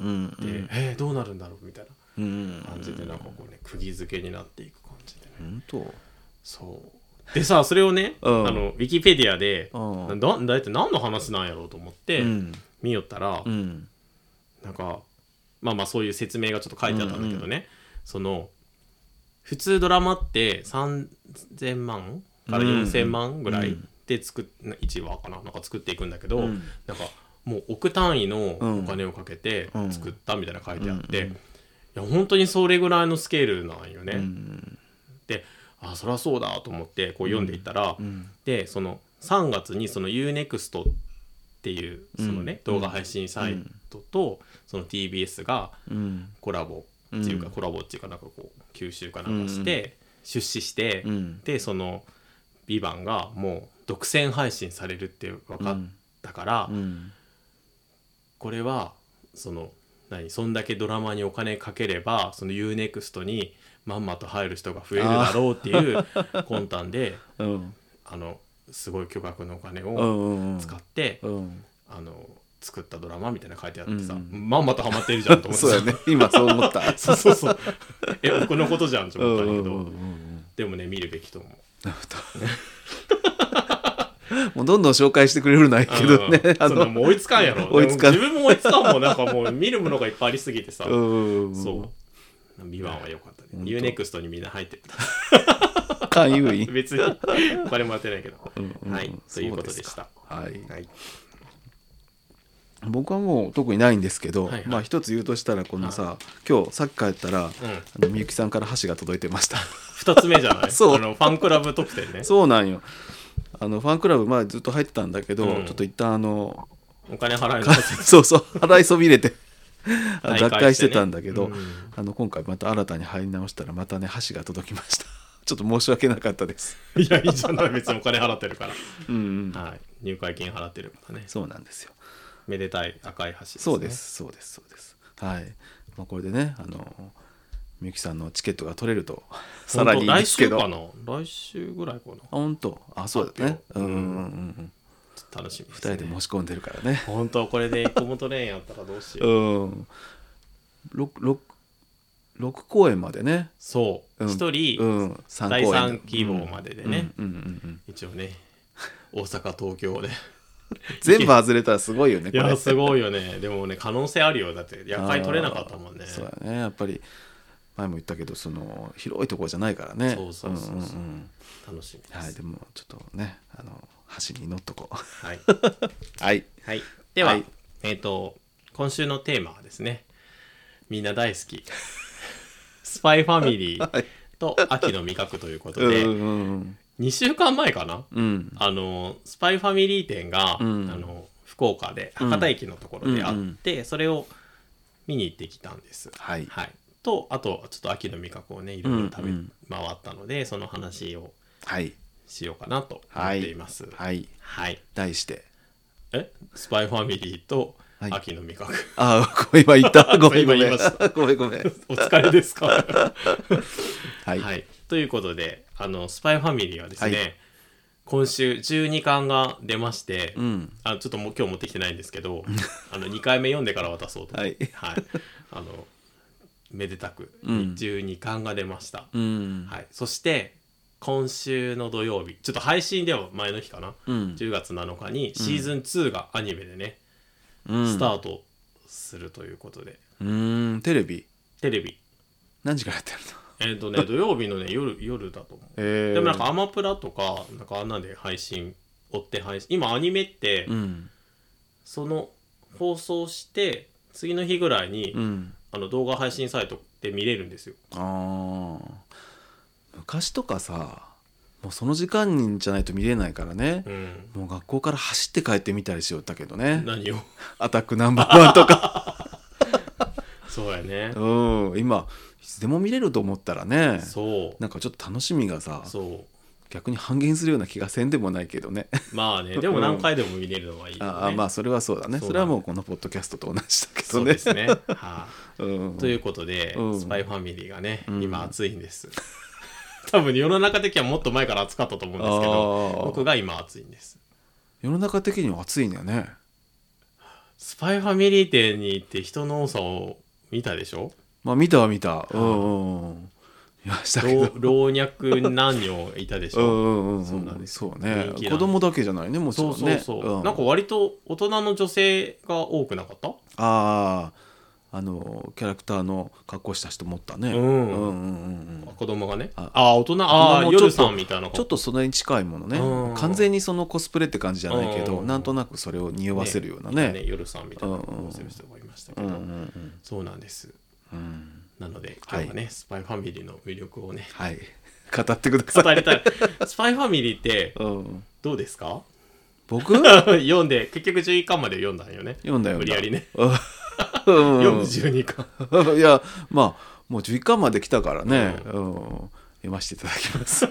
S1: うんうん
S2: えーどうなるんだろうみたい
S1: うんうん
S2: な感じでなんかこうね釘付けになっていく感じでね
S1: 本当
S2: そうでさそれをね、
S1: うん
S2: あのウィキペディアで、
S1: うん
S2: だだいたい何の話なんやろうと思って
S1: うん
S2: 見よったら、
S1: うん
S2: なんかまあまあそういう説明がちょっと書いてあったんだけどね、その普通ドラマって3000万から4000万ぐらいで作っ、1話かななんか作っていくんだけど、
S1: うん
S2: なんかもう億単位のお金をかけて
S1: うん
S2: 作ったみたいな書いてあって、いや本当にそれぐらいのスケールなんよね。
S1: うん
S2: であそりゃそうだと思ってこう読んでいったら、
S1: うん
S2: でその3月にその UNEXT っていうそのね、
S1: うん
S2: 動画配信サイトとその TBS が
S1: うん
S2: コラボっていうか、
S1: うん
S2: コラボっていうかなんかこう吸収かなんかして出資して、
S1: うん
S2: でその「ビバンがもう独占配信されるって分かったから、
S1: うん
S2: これはその何そんだけドラマにお金かければその UNEXT にまんまと入る人が増えるだろうっていう魂胆で
S1: うん
S2: あのすごい巨額のお 金
S1: う
S2: を
S1: んうん
S2: 使って、
S1: うん
S2: あの作ったドラマみたいなの書いてあってさ、
S1: うん
S2: まんまとハマってるじゃんと思って
S1: そうや
S2: さ
S1: ね今そう思った
S2: そうそうそうえ僕のことじゃんと
S1: うん
S2: 思った
S1: うん
S2: だけ
S1: ん
S2: ど、
S1: うんうん
S2: でもね見るべきと思う
S1: なるほどもうどんどん紹介してくれるのはいいけどね
S2: うん
S1: あ
S2: そんな
S1: の
S2: もう追いつかんやろ
S1: 追いつかん
S2: でも自分も追いつかんもんなんかもう見るものがいっぱいありすぎてさ、
S1: うん
S2: そうビワンは良かったね
S1: 本当
S2: UNEXT にみんな入ってた
S1: 勧誘員
S2: 別にお金もらってないけど、
S1: うんうん
S2: はいということで
S1: そうです
S2: した
S1: はい
S2: はい
S1: 僕はもう特にないんですけど、
S2: はいはい
S1: まあ一つ言うとしたらこのさ、今日さっき帰ったら、あのみゆきさんから箸が届いてました
S2: 2つ目じゃない
S1: そう
S2: あのファンクラブ特典ね
S1: そうなんよあのファンクラブ前ずっと入ってたんだけど、
S2: うん
S1: ちょっと一旦あの
S2: お金払えな
S1: そうそう払いそびれてあの脱
S2: 退
S1: 会
S2: 会
S1: し
S2: してね
S1: てたんだけど、
S2: うん
S1: あの今回また新たに入り直したらまたね箸が届きましたちょっと申し訳なかったです
S2: いやいいじゃない別にお金払ってるから、
S1: うん、うん、
S2: はい、入会金払ってるからね
S1: そうなんですよ
S2: めでたい赤い橋です、ね、
S1: そうです、そうです、そうです。はい、まあ、これでね、あの。みゆきさんのチケットが取れると。さらにいい
S2: 本当
S1: で
S2: 来
S1: すけ
S2: 週
S1: ど。
S2: か
S1: あ、
S2: な来週ぐらいかな
S1: 本当、あ、そうだね。
S2: 発
S1: うん、う
S2: 表
S1: ん、うん、
S2: ちょっと楽しみで
S1: 二
S2: す、ね、
S1: 人で申し込んでるからね。
S2: 本当これで一個も取れんやったらどうしよう
S1: うん。六、六。六公演までね。
S2: そう
S1: うん
S2: 一、人、
S1: うん、三公
S2: 第
S1: 演。
S2: 3希望まででね、
S1: うん、うん、うん、うん。
S2: 一応 ね大阪東京で
S1: 全部外れたらすごいよね。
S2: い
S1: これ
S2: やすごいよねでもね可能性あるよだって夜会取れなかったもんね
S1: あーそうだね、やっぱり。前も言ったけど、その広いところじゃないからね。
S2: そうそうそうそうん
S1: んん
S2: 楽しみです
S1: はい、でもちょっとね、あの箸に乗っとこう。
S2: はい、
S1: はい。
S2: はい、では、
S1: はい
S2: えっ、と今週のテーマはですねみんな大好きスパイファミリーと秋の味覚ということで、
S1: うん
S2: 2週間前かな
S1: うん。
S2: あのスパイファミリー展が、
S1: うん
S2: あの福岡で博多駅のところであって、それを見に行ってきたんです。
S1: はい。
S2: はい、とあとちょっと秋の味覚をねいろいろ食べ、
S1: うんうん
S2: 回ったのでその話を
S1: はい。
S2: しようかなと思っています。はい、
S1: はい。題して。
S2: えスパイファミリーと
S1: はい
S2: 秋の味覚、
S1: ああ、ごめん、今言 った。ごめん、ご
S2: 今
S1: め
S2: 言い
S1: ん
S2: ました。
S1: ごめん、ごめん。
S2: お疲れですかは、
S1: はいい。
S2: ということであのスパイファミリーはですね、
S1: はい
S2: 今週12巻が出まして、
S1: うん。
S2: あちょっともう今日持ってきてないんですけ どあの2回目読んでから渡そうと思って、はいあのめでたく
S1: うん
S2: 12巻が出ました、
S1: うん。
S2: はい、そして今週の土曜日ちょっと配信では前の日かな、
S1: うん。
S2: 10月7日にシーズン2がアニメでね、スタートするということで
S1: うん。テレビ。
S2: テレビ
S1: 何時からやってるの
S2: えっ、とね土曜日のね夜夜だと思う、
S1: え
S2: でもなんかアマプラとかなんかあんなんで配信追って配信今アニメって、
S1: うん。
S2: その放送して次の日ぐらいに、
S1: うん。
S2: あの動画配信サイトで見れるんですよ
S1: ああ。昔とかさ、もうその時間にじゃないと見れないからね
S2: う。ん
S1: もう学校から走って帰ってみたりしよったけどね。
S2: 何を
S1: アタックナンバーワンと か。
S2: そうやね
S1: うん。今、いつでも見れると思ったらね。
S2: そう
S1: なんかちょっと楽しみがさ
S2: そう
S1: 逆に半減するような気がせんでもないけどね
S2: まあねでも何回でも見れるのはいいよね、
S1: ああまあそれはそうだね
S2: そうだね
S1: それはもうこのポッドキャストと同じだけ
S2: そ
S1: ど
S2: う
S1: ね
S2: ですね、は
S1: うん
S2: い。ということで、
S1: うん
S2: スパイファミリーがね、
S1: うん
S2: 今熱いんです多分世の中的にはもっと前から熱かったと思うんですけど
S1: あー
S2: 僕が今熱いんです
S1: 世の中的には暑いんだよね
S2: スパイファミリー店に行って人の多さを見たでしょ
S1: まあ見たは見たうんうんうんいましたけど
S2: 老 老若男女いたでし
S1: う
S2: ょ
S1: んうんうん
S2: そうなんです
S1: そうね
S2: 人気なんです
S1: 子供だけじゃないねもち
S2: そ
S1: ろ
S2: うんそう
S1: ね
S2: そう、
S1: ん
S2: なんか割と大人の女性が多くなかった
S1: あああのキャラクターの格好した人持ったね、
S2: う
S1: うんん、うんうんうん
S2: 子供がねあ
S1: あ
S2: あー大人ああ
S1: 大人もちょっと
S2: 夜さんみたいな子
S1: ちょっとそれに近いものね、
S2: うん
S1: 完全にそのコスプレって感じじゃないけど、
S2: うん
S1: なんとなくそれを匂わせるような
S2: ね
S1: ね
S2: 夜さんみたいな顔をする人がいましたけ
S1: うん
S2: ど、
S1: うんうん
S2: そうなんです
S1: うん
S2: なので
S1: は
S2: 今
S1: い
S2: 日はね、スパイファミリーの魅力をね
S1: はい語ってください、
S2: 語りたいスパイファミリーって
S1: うん、
S2: どうですか
S1: 僕読
S2: 読んで結局11巻まで読んだんよね
S1: んだよ
S2: 無理やりね
S1: うん
S2: 読む12巻
S1: いやまあもう11巻まで来たからね、うん読ませていただきます。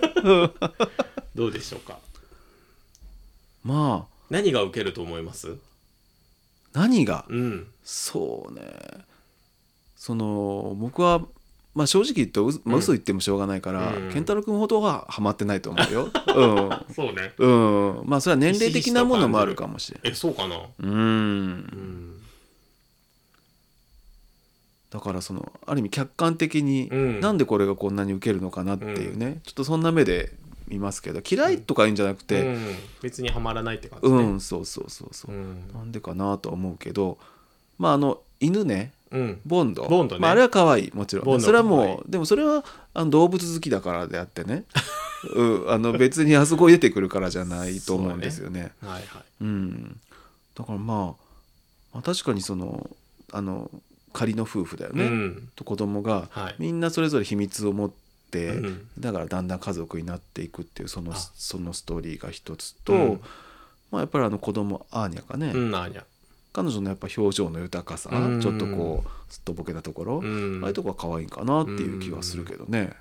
S2: どうでしょうか
S1: まあ
S2: 何が受けると思います
S1: 何が
S2: うん
S1: そうねその僕は、まあ、正直言うとう、まあ、嘘言ってもしょうがないから、
S2: うん
S1: 健太郎君ほどはハマってないと思う よ。
S2: そうね
S1: うん、うん、まあそれは年齢的なものもあるかもしれない。
S2: えそうかな
S1: う
S2: うんん
S1: だからそのある意味客観的に、
S2: うん
S1: なんでこれがこんなに受けるのかなっていうね、ちょっとそんな目で見ますけど嫌いとかいうんじゃなく
S2: で、う
S1: て、
S2: ん、別にはまらないって感じ
S1: うん
S2: ね
S1: そうそうそうそうう、
S2: ん
S1: なんでかなとは思うけどまああの犬ね
S2: うん
S1: ボンド
S2: ボンドね
S1: まあ、あれは可愛いもちろん、
S2: ボンド
S1: それは
S2: 可愛い
S1: もうでもそれはあの動物好きだからであってね、 うん、あの別にあそこに出てくるからじゃないと思うんですよね
S2: はいはい
S1: うんだからまあ、まあ確かにそのあの仮の夫婦だよね、
S2: うん
S1: と子供が、
S2: はい
S1: みんなそれぞれ秘密を持って、
S2: うん
S1: だからだんだん家族になっていくっていうその
S2: あ
S1: そのストーリーが一つと、
S2: うん
S1: まあ、やっぱりあの子供アーニャがね、
S2: うんあーにゃ
S1: 彼女のやっぱ表情の豊かさ、
S2: うん
S1: ちょっとこうすっとぼけたところ、
S2: うん
S1: ああいうとこは可愛いかなっていう気はするけどね、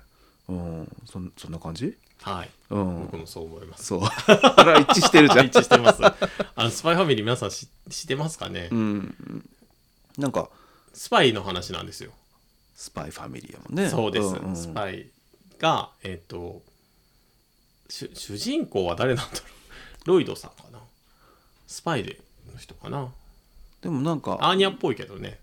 S1: うんそんそんな感じ、
S2: はい
S1: うん、
S2: 僕もそう思います
S1: そう あら一致してるじゃん
S2: 一致してます。あのスパイファミリー皆さん知知ってますかね、
S1: うん、なんか
S2: スパイの話なんですよ。
S1: スパイファミリーやもんね
S2: そうです。
S1: んん
S2: スパイが、えっ、と、主主人公は誰なんだろう。ロイドさんかな。スパイでの人かな。
S1: でもなんか
S2: アーニャっぽいけどね。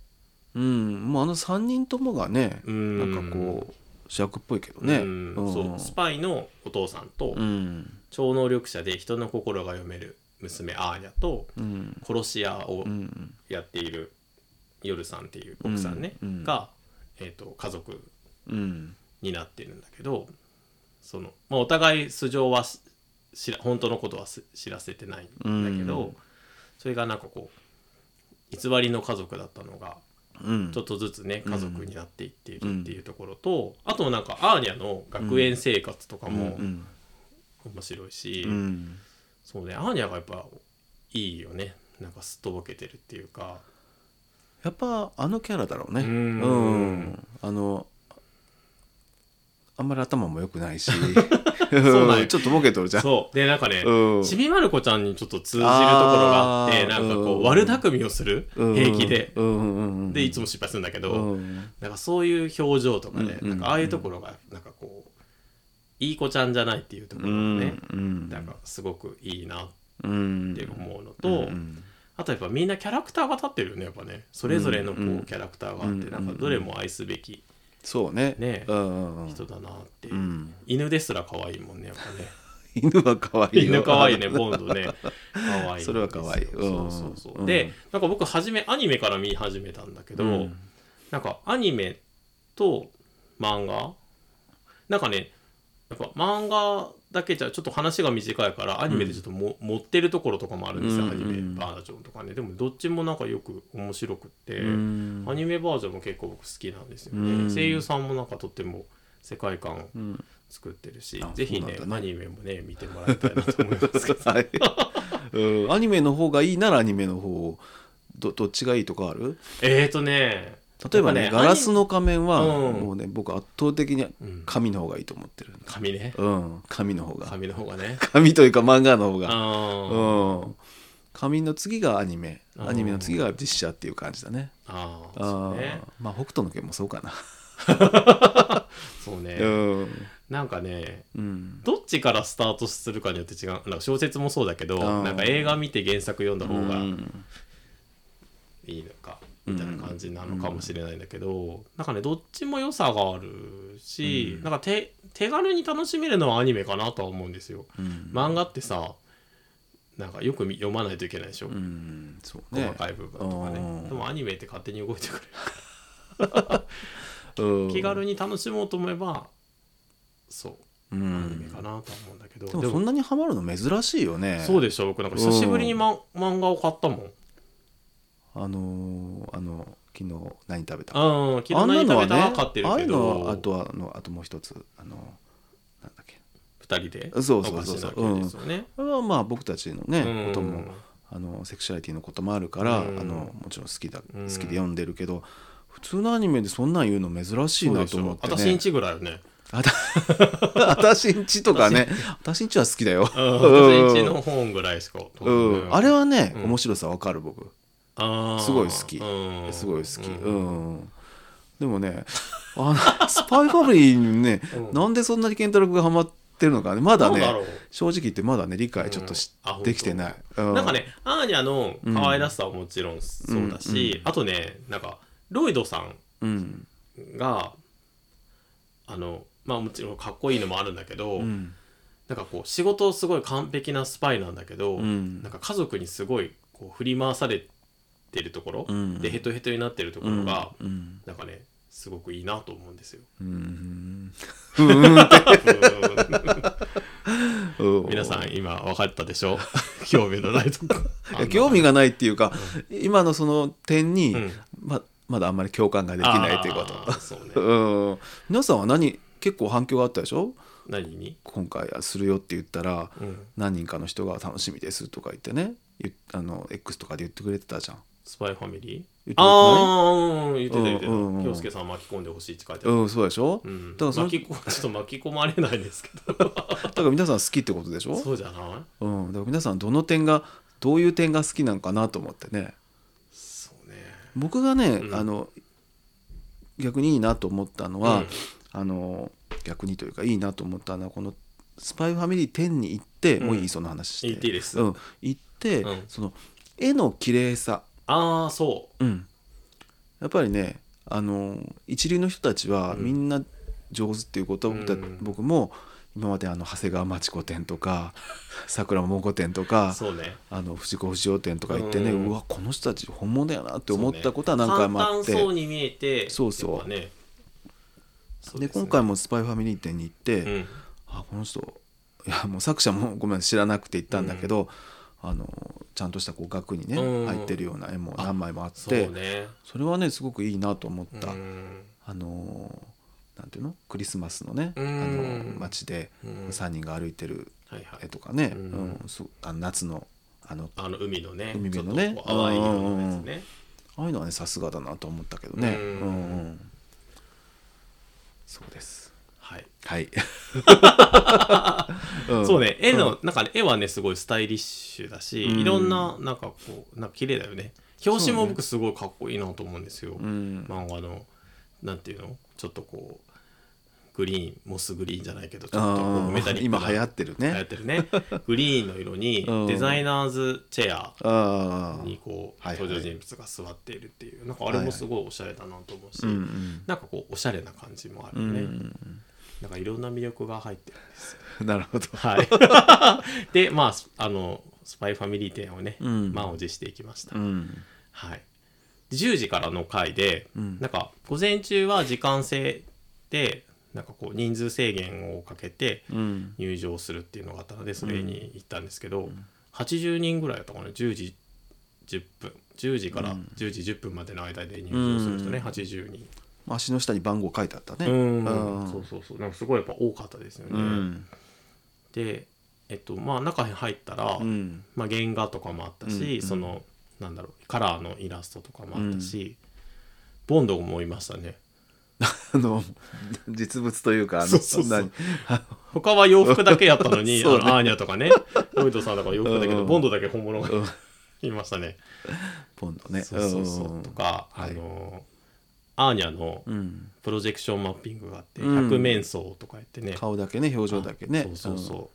S1: うんもうあの3人ともがね
S2: うん
S1: なんかこう主役っぽいけどね
S2: うんそうスパイのお父さんと、
S1: うん
S2: 超能力者で人の心が読める娘アーニャと、
S1: うん
S2: 殺し屋を
S1: うん
S2: やっているヨルさんっていう奥さんね、
S1: うんうん
S2: が、えー、と家族
S1: うん
S2: になっているんだけどその、まあ、お互い素性はし知ら本当のことはす知らせてないんだけど、
S1: うん
S2: それがなんかこう偽りの家族だったのが
S1: うん
S2: ちょっ
S1: と
S2: とずつね
S1: うん
S2: 家族になっていっているっていうところと、あとなんかアーニャの学園生活とかも
S1: うん
S2: 面白いし、
S1: うん
S2: そうねアーニャがやっぱいいよねなんかすっとぼけてるっていうか
S1: やっぱあのキャラだろうね
S2: うん
S1: うんあのあんまり頭も良く ないし
S2: うなんよ
S1: んちょっとボケとるじゃん
S2: そうでなんかね、
S1: うん
S2: ちびまる子ちゃんにちょっと通じるところがあって
S1: あー
S2: なんかこ
S1: う
S2: うん悪巧みをする
S1: うん
S2: 平気で、
S1: うんうんうん
S2: でいつも失敗するんだけど、
S1: うん
S2: なんかそういう表情とかで、
S1: うん
S2: なんかああいうところがなんかこういい子ちゃんじゃないっていうとこ
S1: う
S2: ろがね、
S1: んうん
S2: なんかすごくいいなっ
S1: うん
S2: て思うのと、
S1: うんうん
S2: あとやっぱみんなキャラクターが立ってるよねやっぱねそれぞれのこう、
S1: うん
S2: キャラクターがあって、
S1: うん
S2: なんかどれも愛すべき
S1: そうね
S2: ね
S1: うんうんうん
S2: 人だなって、
S1: うん
S2: 犬ですら可愛いもんねやっぱね。
S1: 犬は可愛いよ
S2: 犬可愛いね、ボンド ね。可愛い。
S1: それは可愛い
S2: そううんそうそう。
S1: うん
S2: で、なんか僕、初め、アニメから見始めたんだけど、
S1: うん
S2: なんかアニメと漫画なんかね、やっぱ漫画だけじゃちょっと話が短いからアニメでちょっとも、持ってるところとかもあるんですよ、
S1: うん
S2: アニメ
S1: うん
S2: バージョンとかねでもどっちもなんかよく面白くって、
S1: うん
S2: アニメバージョンも結構僕好きなんですよね、
S1: うん
S2: 声優さんもなんかとっても世界観を
S1: うん
S2: 作ってるし
S1: あ
S2: ぜひね
S1: そうなんだね
S2: アニメもね見てもらいたいなと思いますけど
S1: はいうんアニメの方がいいならアニメの方をどどっちがいいとかある
S2: えーとね
S1: 例えばね
S2: やっぱ
S1: ガ
S2: ね
S1: ラスの仮面は、
S2: うん
S1: もうね僕圧倒的に
S2: うん
S1: 紙の方がいいと思ってる
S2: 紙ね
S1: うん紙の方が
S2: 紙の方がね
S1: 紙というか漫画の方が
S2: あー
S1: うん紙の次がアニメ
S2: うん
S1: アニメの次が実写っていう感じだね
S2: あー
S1: あ
S2: そうね
S1: ーまあ北斗の拳もそうかな
S2: そう
S1: う
S2: ね
S1: ん
S2: なんかね
S1: うん
S2: どっちからスタートするかによって違うなんか小説もそうだけど
S1: あー
S2: なんか映画見て原作読んだ方
S1: う
S2: が
S1: ん
S2: いいのかみたいな感じなのかもしれないんだけど、なんかねどっちも良さがあるし、
S1: うん
S2: なんか手手軽に楽しめるのはアニメかなとは思うんですよ。
S1: うん
S2: 漫画ってさなんかよく読まないといけないでしょ、
S1: うんそうね
S2: 細かい部分とかね
S1: うん
S2: でもアニメって勝手に動いてくれる
S1: うん
S2: 気軽に楽しもうと思えばそううアニメ
S1: ん
S2: かなとは思うんだけど、
S1: でもそんなにハマるの珍しいよね
S2: そうでしょ僕なんか久しぶりに、ま漫画を買ったもん
S1: あのーあの昨日何食べた
S2: うん昨
S1: あ
S2: 日
S1: んな
S2: 何
S1: の
S2: 食
S1: は
S2: べ
S1: ね
S2: た買ってる
S1: ああい
S2: け
S1: うの
S2: ど
S1: はあとはあのあともう一つあのなんだっけ
S2: 二人で
S1: そうそうそうそう
S2: お菓子だけですよね、
S1: あれはまあ僕たちのね、
S2: うん
S1: こともあのセクシャリティのこともあるから、
S2: うん
S1: あのもちろん好きだ好
S2: うん
S1: きで読んでるけど、普通のアニメでそんなん言うの珍しいなと思って
S2: そうでしょ私 ん
S1: ね
S2: ちぐらいよね。
S1: あたあたしんちとかねあたしんちは好き だよ、
S2: 私んちの本ぐらいしか。
S1: うん、あれはね、
S2: うん
S1: 面白さわかる僕
S2: あー
S1: すごい好き
S2: うん
S1: すごい好き、う
S2: うん
S1: んでもねあのスパイファミリーにね、
S2: うん
S1: なんでそんなに健太郎君がハマってるのかねまだ
S2: どうだ
S1: ね
S2: ろう
S1: 正直言ってまだね理解ちょっとし、
S2: うんあ本当
S1: できてない、う
S2: なんかね、アーニャの可愛らしさはもちろんそうだし、あとね、なんか、ロイドさ
S1: うん
S2: んが、あの、まあもちろんかっこいいのもあるんだけど、
S1: うん
S2: なんかこう、仕事すごい完璧なスパイなんだけど、
S1: うん
S2: なんか家族にすごいこう振り回されてるところ、
S1: うん
S2: で、ヘトヘトになってるところが、
S1: うん
S2: なんかね、すごくいいなと思うんで すよ。
S1: うんう
S2: 皆さん今分かったで しょ興味のないとこ
S1: いや興味がないっていうか、今のその点に、
S2: うん
S1: ままだあんまり共感ができないというこ
S2: あーそうね
S1: と、うん、皆さんは何結構反響があったでしょ
S2: 何に、
S1: 今回するよって言ったら
S2: うん、
S1: 何人かの人が楽しみですとか言ってね言っあの X とかで言ってくれてたじゃん
S2: スパイファミリー
S1: 言って
S2: あ
S1: な
S2: あーうん言ってた言ってた
S1: うんうんうん
S2: 京介さん巻き込んでほしいって書いてある
S1: うんそうでしょ、
S2: うん
S1: だからその
S2: 巻き込 ちょっと巻き込まれないですけど
S1: だから皆さん好きってことでしょ、
S2: そうじゃないう
S1: ん、だから皆さんどの点がどういう点が好きなんかなと思ってね
S2: そうね
S1: 僕がね、
S2: うん
S1: あの逆にいいなと思ったのは、あの逆にというかいいなと思ったのはこの「スパイファミリー10」に行って、
S2: うん
S1: もういいその話して
S2: 言っていいです
S1: うん、行って、
S2: うん
S1: その絵の綺麗さ、
S2: ああそ
S1: うん、やっぱりねあの一流の人たちは
S2: うん
S1: みんな上手っていうことだ、
S2: うん
S1: 僕も今まであの長谷川町子店とか桜桃子店と
S2: う
S1: か
S2: そうね
S1: あの藤子不二雄展とか行ってね、
S2: う
S1: うんわこの人たち本物やなって思ったことは何回もあって、
S2: そうね簡単そうに見えて
S1: そうそう
S2: やっぱねそう
S1: です
S2: ね
S1: 今回も「スパイファミリー展」に行って、
S2: うん
S1: あこの人いやもう作者もごめん知らなくて行ったんだけど、あのちゃんとしたこう額にね、
S2: うん
S1: 入ってるような絵も何枚もあっ
S2: そう
S1: てそ,、
S2: ね
S1: れはねすごくいいなと思った、
S2: うん
S1: あのーなんていうのクリスマスのね、
S2: うん
S1: あのー街で
S2: うん
S1: 3人が歩いてる
S2: はいはい
S1: 絵とかね、
S2: う
S1: うんんすあの夏のあの
S2: あの海のね
S1: 海辺のね
S2: ちょっとこう淡い色のやつね
S1: ああいうのはねさすがだなと思ったけどね、
S2: う
S1: うんんうんそうです
S2: はい
S1: はい、
S2: そう
S1: ね
S2: ね絵の、なんかね絵はねすごいスタイリッシュだし、
S1: うん
S2: いろんななんかこうなんか綺麗だよね表紙
S1: そ
S2: も
S1: うね
S2: 僕すごいかっこいいなと思うんですよ、
S1: うん、
S2: 漫画のなんていうのちょっとこうグリーンモスグリーンじゃないけどちょっとこ
S1: あ
S2: うメタ
S1: ー
S2: リック
S1: 今
S2: な
S1: 流行ってる
S2: 流行
S1: ね
S2: ってるね グリーンの色
S1: う
S2: に
S1: ん
S2: デザイナーズチェア
S1: ああ
S2: にこう、
S1: はいはい
S2: 登場人物が座っているっていうなんかあれもすごいおしゃれだなと思うし、
S1: うんうん
S2: なんかこうおしゃれな感じもある
S1: う
S2: よ
S1: ん
S2: ね、なんかいろんな魅力が入ってるんですよ
S1: うんなるほど
S2: はい。で、まあス、あの、スパイファミリー展をね、
S1: うん
S2: 満を持していきました。
S1: うん
S2: はい。10時からの回で、
S1: うん
S2: なんか、午前中は時間制で、なんかこう、人数制限をかけて
S1: うん
S2: 入場するっていうのがあったので、それに行ったんですけど、80人ぐらいだったかな、10時10分。10時から10時10分までの間で入場する人ね、
S1: うん
S2: 80人。
S1: 足の下に番号書いてあったね
S2: うんそうそうそう。なんかすごいやっぱ多かったですよね。
S1: うん
S2: で、えっと、まあ、中に入ったら、
S1: うん
S2: まあ、原画とかもあったし、
S1: うんうん
S2: そのなんだろうカラーのイラストとかもあったし、ボンドもいましたね
S1: あの実物というかあの
S2: そうそうそうん
S1: なにあ
S2: 他は洋服だけやった のに、
S1: そうね
S2: あのアーニャとかねロイドさんとか洋服だけ
S1: うんう
S2: ど
S1: ん
S2: ボンドだけ本物が
S1: のうん
S2: いましたね
S1: ポンドね
S2: そうそうそうとか、
S1: はい
S2: あのアーニャの
S1: うんうん
S2: プロジェクションマッピングがあって、
S1: うん
S2: 百面相とか言ってね
S1: 顔だけね表情だけね
S2: そうそうそう、
S1: ん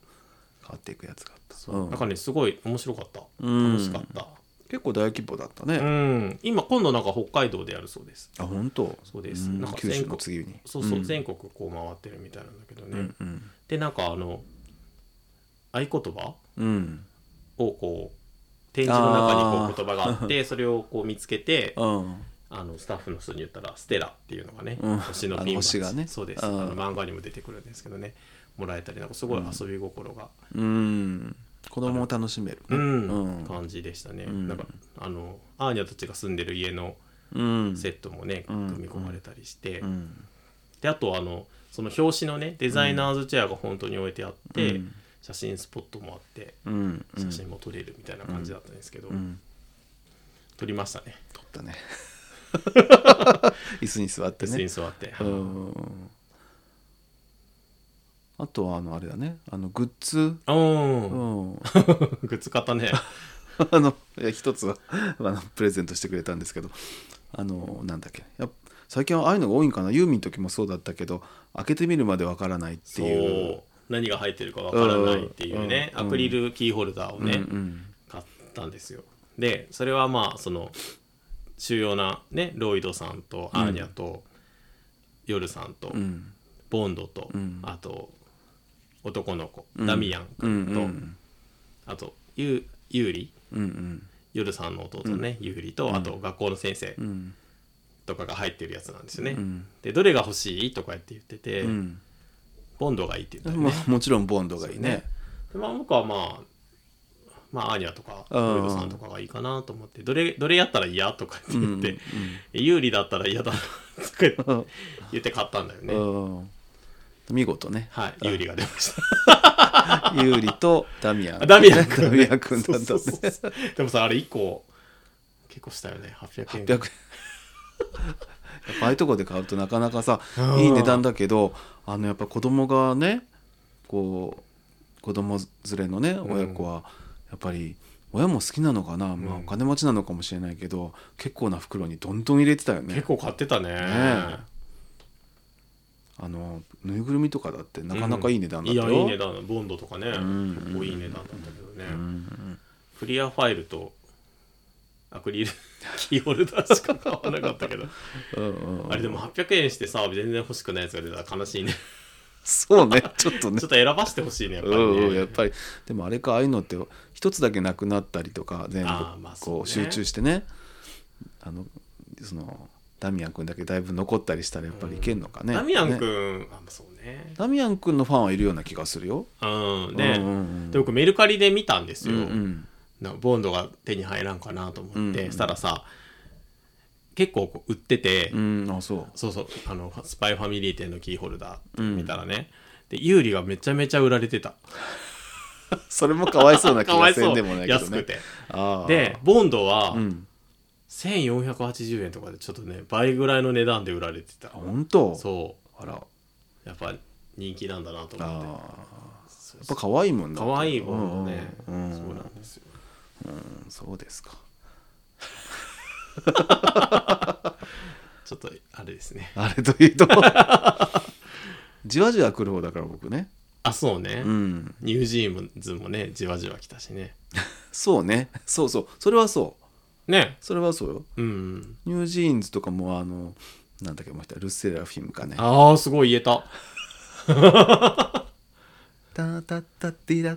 S1: 変わっていくやつがあった
S2: そう
S1: うん
S2: なんかねすごい面白かった
S1: うん
S2: 楽しかった、
S1: 結構大規模だった
S2: う
S1: ね
S2: ん、今今度なんか北海道でやるそうです
S1: あ本当
S2: そうです
S1: ん
S2: なんか
S1: 九州
S2: 全
S1: の
S2: 国
S1: 次に
S2: そうそう、
S1: ん
S2: 全国こう回ってるみたいなんだけどね、
S1: うんうん
S2: でなんかあの合言葉
S1: うん
S2: をこう展示の中にこう言葉があってそれをこう見つけて
S1: うん
S2: あのスタッフの人に言ったら「ステラ」っていうのがね、
S1: うん
S2: 星の
S1: あの
S2: ピンバッ
S1: 星
S2: ジ
S1: がね
S2: そうです、
S1: うん
S2: あの漫画にも出てくるんですけどねもらえたりなんかすごい遊び心が、
S1: うん子供も楽しめるね
S2: うん
S1: うん
S2: 感じでしたね、
S1: ん
S2: なんかあのアーニャたちが住んでる家の
S1: うん
S2: セットもね、
S1: ん
S2: 組み込まれたりして、
S1: うん
S2: であとあのその表紙のねデザイナーズチェアが本当に置いてあって、
S1: うん
S2: 写真スポットもあって
S1: うんうん
S2: 写真も撮れるみたいな感じだったんですけど、
S1: うん
S2: 撮りましたね
S1: 撮ったね 椅子に座って
S2: 椅子に
S1: ね
S2: 座って、
S1: うんあとはあのあれだねあのグッズ
S2: う
S1: うん
S2: ん グッズ買ったね
S1: あのいや一つは あのプレゼントしてくれたんですけどあのなんだっけやっぱ最近はああいうのが多いんかなユーミンの時もそうだったけど開けてみるまでわからないっていう
S2: そう何が入ってるかわからないっていうね、
S1: うんうん
S2: アクリルキーホルダーをね、
S1: うんうん
S2: 買ったんですよでそれはまあその主要なねロイドさんとアーニャと、ヨルさんと、
S1: うん
S2: ボンドと、
S1: うん
S2: あと男の子、ダミアン
S1: う
S2: 君と、
S1: ん
S2: あとユユーリ
S1: うんうん
S2: ヨルさんの弟ね、ユーリとあと学校の先生
S1: うん
S2: とかが入ってるやつなんですよね、
S1: ん
S2: でどれが欲しいとか言って言ってて、
S1: うん
S2: ボンドがいいって言ったよね、
S1: まあもちろんボンドがいいね
S2: でまあ僕はまあまあアーニャとか
S1: うん
S2: ロイドさんとかがいいかなと思ってどれどれやったら嫌とかって言って、
S1: うん
S2: 有利だったら嫌だなとか言って買ったんだよね、
S1: うん見事ね
S2: はい有利が出ました
S1: ユーリとダミア
S2: あ
S1: ン
S2: ダミアン君
S1: ダミアン君だった
S2: そ
S1: ね
S2: うそうそうでもさあれ1個結構したよね800円
S1: 800円やっぱああいうとこで買うとなかなかさ
S2: うん
S1: いい値段だけどあのやっぱ子供がねこう子供連れのね
S2: ん
S1: 親子はやっぱり親も好きなのかな、まあ、
S2: う
S1: お
S2: ん
S1: 金持ちなのかもしれないけど結構な袋にどんどん入れてたよね
S2: 結構買ってたね
S1: えあのぬいぐるみとかだってなかなかいい値段だっ
S2: い
S1: た
S2: や
S1: よ、
S2: いい値段ボンドとかね、
S1: ん
S2: 結構いい値段だったけどね、
S1: うん
S2: クリアファイルとアクリル キーホルダーしか買わなかったけど
S1: うんうん
S2: あれでも800円してさ全然欲しくないやつが出たら悲しいね
S1: そうね ちょっとね
S2: ちょっと選ばしてほしいねやっぱりね、
S1: うんうんやっぱりでもあれかああいうのって一つだけなくなったりとか全部
S2: あーまあそうね
S1: こう集中してねあのそのダミアン君だけだいぶ残ったりしたらやっぱりいけんのかね、
S2: ダミアン
S1: ね
S2: 君、あまあそうね
S1: ダミアン君のファンはいるような気がするよ
S2: うんで,、
S1: うんうんうん
S2: で僕メルカリで見たんですよ、
S1: うん
S2: なボンドが手に入らんかなと思って、
S1: うんうん
S2: したらさ結構こう売ってて、
S1: うん、うん、あそう
S2: そうそうあのスパイファミリー店のキーホルダー見たらね、で有利がめちゃめちゃ売られてた
S1: それもかわいそうな気
S2: かわ
S1: が
S2: い
S1: せ
S2: そ
S1: ん
S2: う
S1: でもないけどね
S2: 安くて
S1: あー
S2: でボンドは
S1: うん
S2: 1480円とかでちょっとね倍ぐらいの値段で売られてた
S1: あ本当
S2: そう
S1: あら
S2: やっぱ人気なんだなと
S1: あ
S2: 思
S1: ー
S2: っ
S1: や
S2: て
S1: っぱ可愛いもんだ
S2: かわいいボンドね、
S1: うんうん
S2: そうなんですよ
S1: うんそうですか
S2: ちょっとあれですね
S1: あれというとじわじわ来る方だから僕ね
S2: あそうね、
S1: うん
S2: ニュージーズもねじわじわ来たしね
S1: そうねそうそうそれはそう
S2: ね
S1: それはそうよ
S2: うん
S1: ニュージーンズとかもあのなんだっけもう一人ルッセラフィムかね
S2: ああすごい言えた
S1: タタタティラ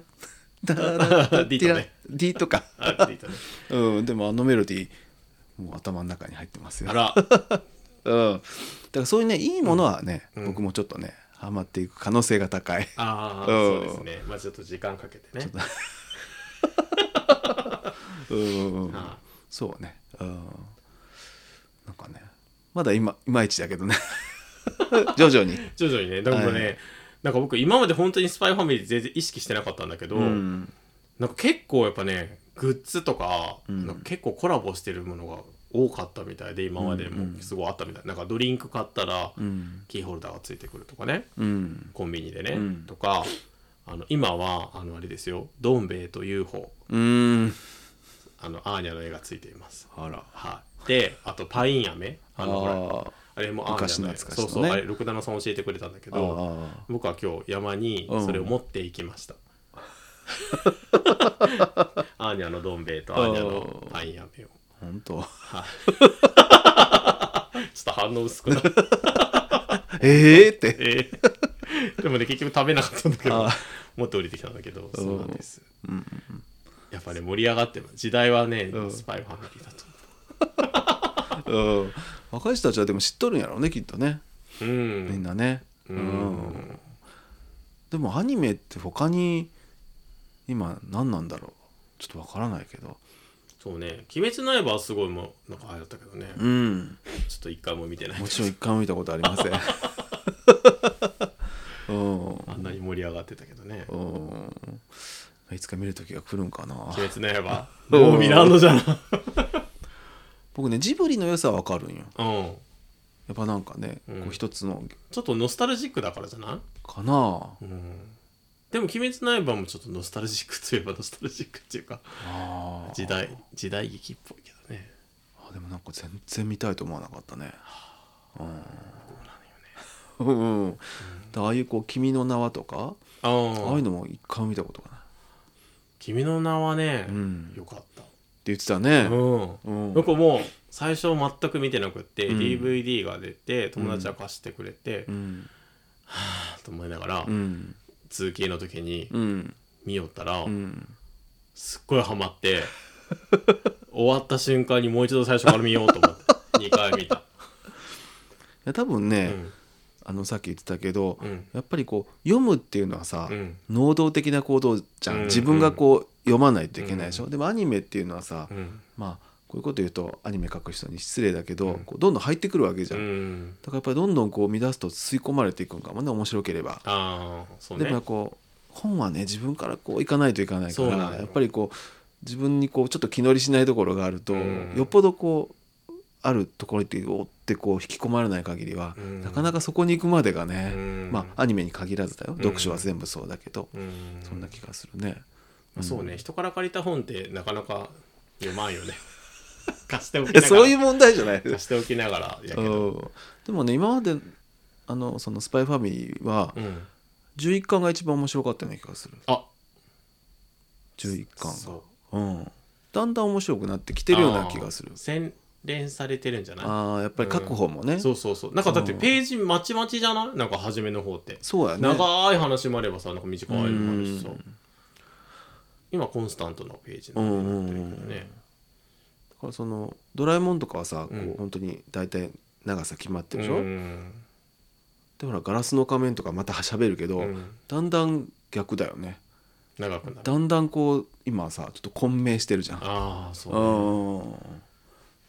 S1: タラタティ ラ D とか
S2: あって言ったね
S1: うんでもあのメロディーもう頭の中に入ってますよ
S2: あら
S1: うんだからそういうねいいものはね、
S2: うん
S1: 僕もちょっとねハマっていく可能性が高い
S2: あ
S1: う
S2: あそ
S1: ん
S2: うですねまあちょっと時間かけてね
S1: うん
S2: あ
S1: そうねうんなんかねまだ今いまいちだけ どね徐々に
S2: ー徐々にねでもね、
S1: はい
S2: なんか僕今まで本当にスパイファミリー全然意識してなかったんだけど、
S1: うん
S2: なんか結構やっぱねグッズとか,、
S1: ん
S2: なんか結構コラボしてるものが多かったみたいで今まで
S1: うんう
S2: も
S1: ん
S2: すごいあったみたいなんかドリンク買ったら
S1: うん
S2: キーホルダーがついてくるとかね
S1: うん
S2: コンビニでね、
S1: うん
S2: とかあの今はあのあれですよ「どん兵衛と UFO
S1: うん」
S2: あのアーニャの絵がついています。
S1: あら
S2: はい、であとパイン飴あのほら
S1: あ
S2: あれもアーニャの絵
S1: 昔懐かしい
S2: そ
S1: の
S2: う
S1: ね
S2: そうあれ六七さん教えてくれたんだけ
S1: あ
S2: ど
S1: あ
S2: 僕は今日山にそれを持っていきま した、アーニャのどん兵衛とアーニャのパイン飴を
S1: 本当
S2: ちょっと反応薄くな って、
S1: ええ って
S2: えーでもね結局食べなかったんだけど
S1: あ
S2: 持って降りてきたんだけどそうなんです
S1: うんうん
S2: やっぱね盛り上がってます時代はね
S1: うん
S2: スパイファミリーだと
S1: うん若い人たちはでも知っとるんやろうねきっとね
S2: う
S1: みん
S2: ん
S1: なね
S2: う
S1: うん
S2: ん
S1: でもアニメって他に今何なんだろうちょっとわからないけど
S2: そうね「鬼滅の刃」はすごいもうなんかあれだったけどねちょ
S1: うん
S2: っと一回も見てない
S1: もちろん一回も見たことありま せんうん
S2: あんなに盛り上がってたけどね
S1: うんいつか見る時が来るんかな
S2: 「 鬼滅の 刃」
S1: うん
S2: もうミランドじゃん
S1: 僕ねジブリの良さはわかるんよ
S2: うん
S1: やっぱなんかね、
S2: うん
S1: こう一つの
S2: ちょっとノスタルジックだからじゃな、
S1: かない
S2: うん、でも「鬼滅の刃」もちょっとノスタルジックといえばノスタルジックって いうか
S1: あー
S2: 時代時代劇っぽいけどね
S1: あでもなんか全然見たいと思わなかったねうんうんだからああいうこう「君の名は」とか、
S2: あ
S1: ああいう
S2: あ
S1: のも一回も見たことがない
S2: 「君の名はね、
S1: うん
S2: よかった
S1: って言ってたね
S2: うん
S1: うん
S2: 僕もう最初全く見てなくって、
S1: うん
S2: DVD が出て友達が貸してくれて、
S1: うん
S2: あーと思いながら、
S1: うん
S2: 通勤の時に
S1: うん
S2: 見よったら、
S1: うん
S2: すっごいハマって 終わった瞬間にもう一度最初から見ようと思 って2回見た、
S1: いや多分
S2: う
S1: ね、
S2: ん
S1: あのさっき言ってたけど、
S2: うん
S1: やっぱりこう読むっていうのはさ、
S2: うん
S1: 能動的な行動じゃ
S2: うんん
S1: 自分がこう読まないといけないでしょ、でもアニメっていうのはさ、
S2: うん
S1: まあこういうこと言うとアニメ書く人に失礼だけど、
S2: うん
S1: こうどんどん入ってくるわけじ
S2: う
S1: ゃん、
S2: ん、
S1: だからやっぱりどんどんこう乱すと吸い込まれていくんかもね面白ければ、
S2: ああそう
S1: でもやっ
S2: ね
S1: ぱこう本はね自分からこういかないといかないか
S2: そうな
S1: ら
S2: のよ
S1: やっぱりこう自分にこうちょっと気乗りしないところがあると、
S2: うん
S1: よっぽどこうあるところっておってこう引き込まれない限りは、
S2: うん
S1: なかなかそこに行くまでがね、
S2: うん
S1: まあアニメに限らずだよ、
S2: ん
S1: 読書は全部そうだけど、
S2: うん
S1: そんな気がするね。
S2: まあそうね人から借りた本ってなかなか読まん よね貸しておき
S1: いや
S2: ながら
S1: そういう問題じゃない
S2: 貸しておきながらやけ
S1: う
S2: ど、
S1: んでもね今まであのそのスパイファミリーは
S2: うん、
S1: 11巻が一番面白かったような気がする
S2: あ
S1: 11巻が
S2: そ
S1: う
S2: う
S1: ん、だんだん面白くなってきてるような気がする
S2: あー洗練されてるんじゃない
S1: ああやっぱり確保もね、
S2: そうそうそうなんかだって
S1: うん
S2: ページまちまちじゃないなんか初めの方って、
S1: そうやね
S2: 長い話もあればさなんか短いのもあるしさ
S1: うん
S2: 今コンスタントなページ
S1: う
S2: なん
S1: うんう
S2: ってる
S1: ん
S2: けどね
S1: だからその「ドラえもん」とかはさこう、
S2: うん
S1: 本当に大体長さ決まってるでしょ、
S2: うん
S1: でほら「ガラスの仮面」とかまたはしゃべるけど、
S2: うん
S1: だんだん逆だよね
S2: 長くなる
S1: だんだんこう今さちょっと混迷してるじゃん
S2: ああそう
S1: うん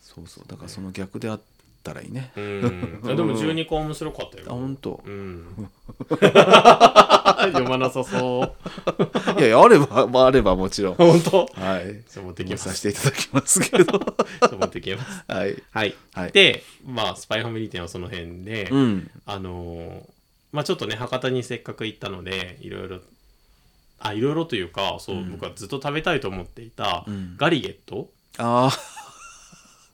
S1: そうそうだからその逆であったらいいね、
S2: ねうんあでも12個面白かったよ
S1: あ本当
S2: うん 読まなさそう
S1: いやいやあれば、まあ、あればもちろん
S2: 本当
S1: はい
S2: そう持ってき
S1: で
S2: ま
S1: させ
S2: す
S1: ていただきますけど
S2: そう持ってきます
S1: はい
S2: はい
S1: はい
S2: でまあスパイファミリー展はその辺で、
S1: うん
S2: あのーまあちょっとね博多にせっかく行ったのでいろいろあいろいろというかそう、僕はずっと食べたいと思っていた、
S1: うん
S2: ガリゲット
S1: ああ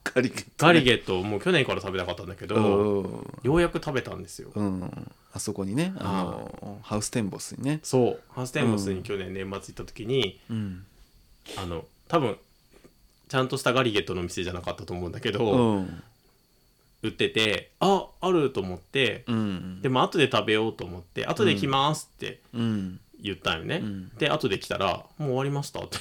S1: ガリケット
S2: ガリゲットをもう去年から食べたかったんだけど、ようやく食べたんですよ、
S1: うん、うん、あそこにねあのハウステンボスにね、
S2: そうハウステンボスに去年年末行った時に、
S1: うん
S2: あの多分ちゃんとしたガリゲットの店じゃなかったと思うんだけ
S1: う
S2: ど、
S1: ん
S2: 売っててああると思って、
S1: うん
S2: でも後で食べようと思って後で来ますって
S1: うん
S2: 言ったんよね、
S1: うん
S2: で後で来たらもう終わりましたって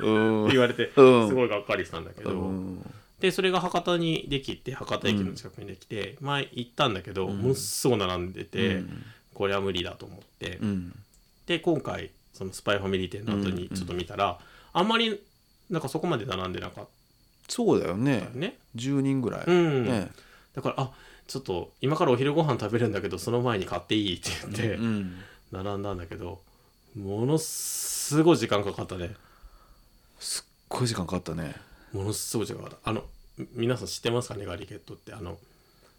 S1: うん
S2: 言われて、
S1: うん
S2: すごいがっかりしたんだけど、
S1: うん
S2: でそれが博多にできて博多駅の近くにできて、前行ったんだけど、ものすごい並んでて、
S1: うん
S2: これは無理だと思って、
S1: うん
S2: で今回そのスパイファミリー店の後にちょっと見たら、あんまりなんかそこまで並んでなかっ
S1: そうだよ
S2: た
S1: ね
S2: よね、
S1: 10人ぐらい、
S2: うん
S1: ね
S2: だからあちょっと今からお昼ご飯食べるんだけどその前に買っていいって言って、
S1: うん、
S2: 並んだんだけどものすごい時間かかったね
S1: こういう時間かかったね
S2: ものすごい時間かかったあのみ皆さん知ってますかねガリケットってあの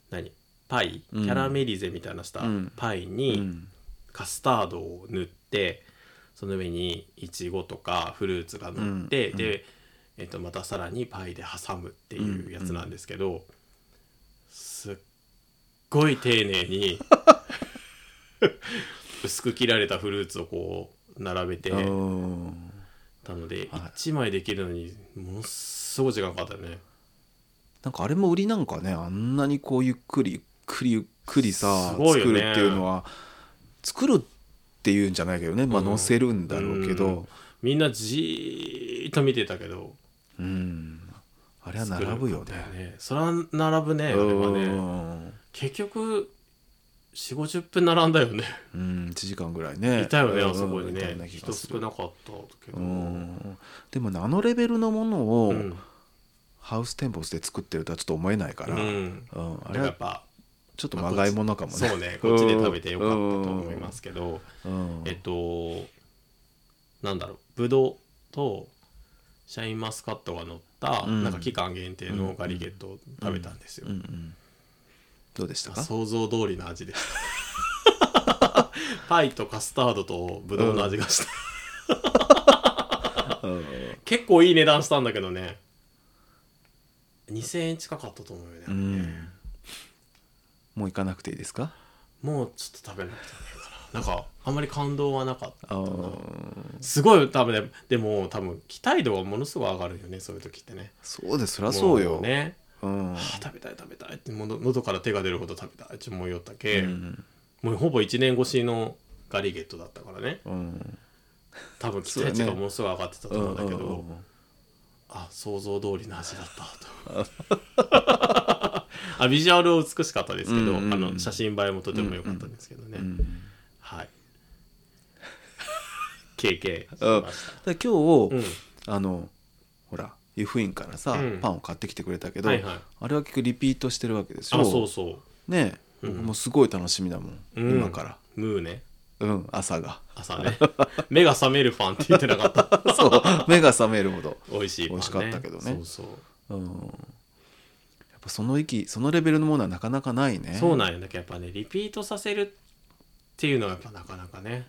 S2: 何パイキ
S1: うん
S2: ャラメリゼみたいなした
S1: うん
S2: パイ
S1: う
S2: に
S1: ん
S2: カスタードを塗ってその上にいちごとかフルーツが乗って、
S1: うん
S2: で、えっとまたさらにパイで挟むっていうやつなんですけど、すっごい丁寧 に薄く切られたフルーツをこう並べて。
S1: あー
S2: なので、
S1: はい
S2: 1枚できるのにものすごい時間かかったよね
S1: なんかあれも売りなんかねあんなにこうゆっくりゆっくりゆっくりさ、
S2: すごいよ
S1: 作
S2: ね
S1: るっていうのは作るっていうんじゃないけどねまあ
S2: うん
S1: 載せるんだろうけど、
S2: みんなじーっと見てたけど
S1: うんあれは並ぶよね。
S2: 作れなかったよねそれは並ぶねあれはね
S1: うん
S2: 結局4 5 0分並んだよね
S1: うん、1時間ぐらいね
S2: いたよね
S1: うん
S2: あそこに
S1: いたよう
S2: ね
S1: な気
S2: 人
S1: がす
S2: 少
S1: る
S2: なかったけど
S1: うんでもねあのレベルのものを、
S2: うん
S1: ハウステンボスで作ってるとはちょっと思えないから、
S2: う
S1: うん
S2: ん
S1: あ
S2: だか
S1: れ
S2: らやっ
S1: は
S2: ぱ
S1: ちょっとまがいものかもね
S2: そうねこっちで食べてよかったと思いま、すけど
S1: うん
S2: えっとなんだろうぶどうとシャインマスカットが乗った、
S1: うん
S2: なんか期間限定のガリゲットを食べたんですよ、
S1: うんうんどうでしたか
S2: 想像通りの味で したパイとカスタードとぶどうの味がした、
S1: うん
S2: 結構いい値段したんだけどね2000円近かったと思うよね、
S1: うんもう行かなくていいですか
S2: もうちょっと食べなくてもいいかななんかあんまり感動はなかった
S1: あー
S2: すごい多分ねでも多分期待度がものすごい上がるよねそういう時ってね
S1: そうですそりゃそう
S2: も
S1: よ、
S2: ね
S1: うん
S2: あー食べたい食べたいってもうの喉から手が出るほど食べたいって思いよったけ、
S1: うん
S2: もうほぼ1年越しのガリゲットだったからね
S1: うん
S2: 多分期待値がものすごい上がってたと思うんだけど、
S1: うんうんうん
S2: あ想像通りの味だったと あビジュアルは美しかったですけど、
S1: うんうんうん
S2: あの写真映えもとても良かったんですけどね、
S1: うん
S2: はい
S1: うん
S2: 経験しまし
S1: で今日、
S2: た、うん、
S1: あのほら湯布院からさ、
S2: うん
S1: パンを買ってきてくれたけど、
S2: はいはい
S1: あれは結局リピートしてるわけでしょ
S2: あそうそう
S1: ねえ、
S2: うん
S1: 僕もうすごい楽しみだもん、
S2: うん
S1: 今から
S2: ムーね
S1: うん朝が
S2: 朝ね 目が覚めるパンって言ってなかった
S1: そう目が覚めるほど、
S2: 美味しいパ
S1: 美
S2: ン、ね、
S1: 味しかったけどね
S2: そうそう
S1: うん、やっぱその域そのレベルのものはなかなかないね
S2: そう
S1: だか
S2: なんやだけどやっぱねリピートさせるっていうのがやっぱなかなかね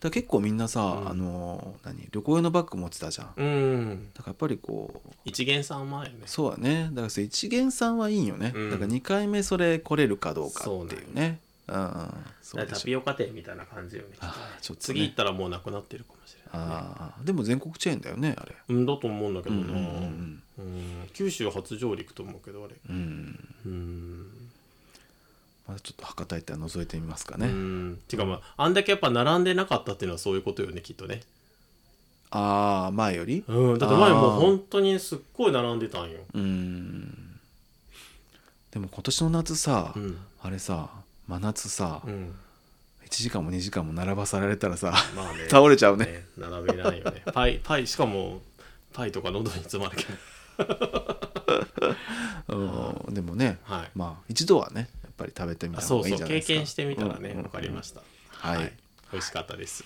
S1: ら結構みんなさ、
S2: うん
S1: あの何旅行用のバッグ持ってたじゃん、だ
S2: うん
S1: からやっぱりこう
S2: 一元さん前ね
S1: そうだねだからそれ一元さんはいいよね、
S2: うん
S1: だから2回目それ来れるかどうかっていうねうんうんそ
S2: だ
S1: うで
S2: からタ
S1: しょ
S2: ピオカ店みたいな感じよね
S1: あーちょっとね
S2: 次行ったらもうなくなってるかもしれない、ね、
S1: あーでも全国チェーンだよねあれ
S2: うんだと思うんだけどな、
S1: うんうん
S2: うん九州初上陸と思うけどあれ
S1: うん
S2: うん
S1: まだちょっと博多行ったら覗いてみますかね、
S2: うんてかまああんだけやっぱ並んでなかったっていうのはそういうことよねきっとね
S1: ああ前より
S2: うんだって前もう
S1: あー
S2: 本当にすっごい並んでたんよ
S1: うんでも今年の夏さ、
S2: うん
S1: あれさ真夏さ、
S2: うん
S1: 1時間も2時間も並ばされたらさ
S2: まあね
S1: 倒れちゃうね
S2: ね並べな いよねパイパイしかもパイとか喉に詰まるけど
S1: うんでもね
S2: はい
S1: まあ一度はねやっぱり食べてみ
S2: あ
S1: た
S2: そ
S1: 方
S2: う
S1: がいいんじ
S2: そう
S1: ゃない
S2: 経
S1: ですか
S2: 験してみたら
S1: うん
S2: ね
S1: うんうん
S2: 分かりました
S1: はい
S2: 美味しかったです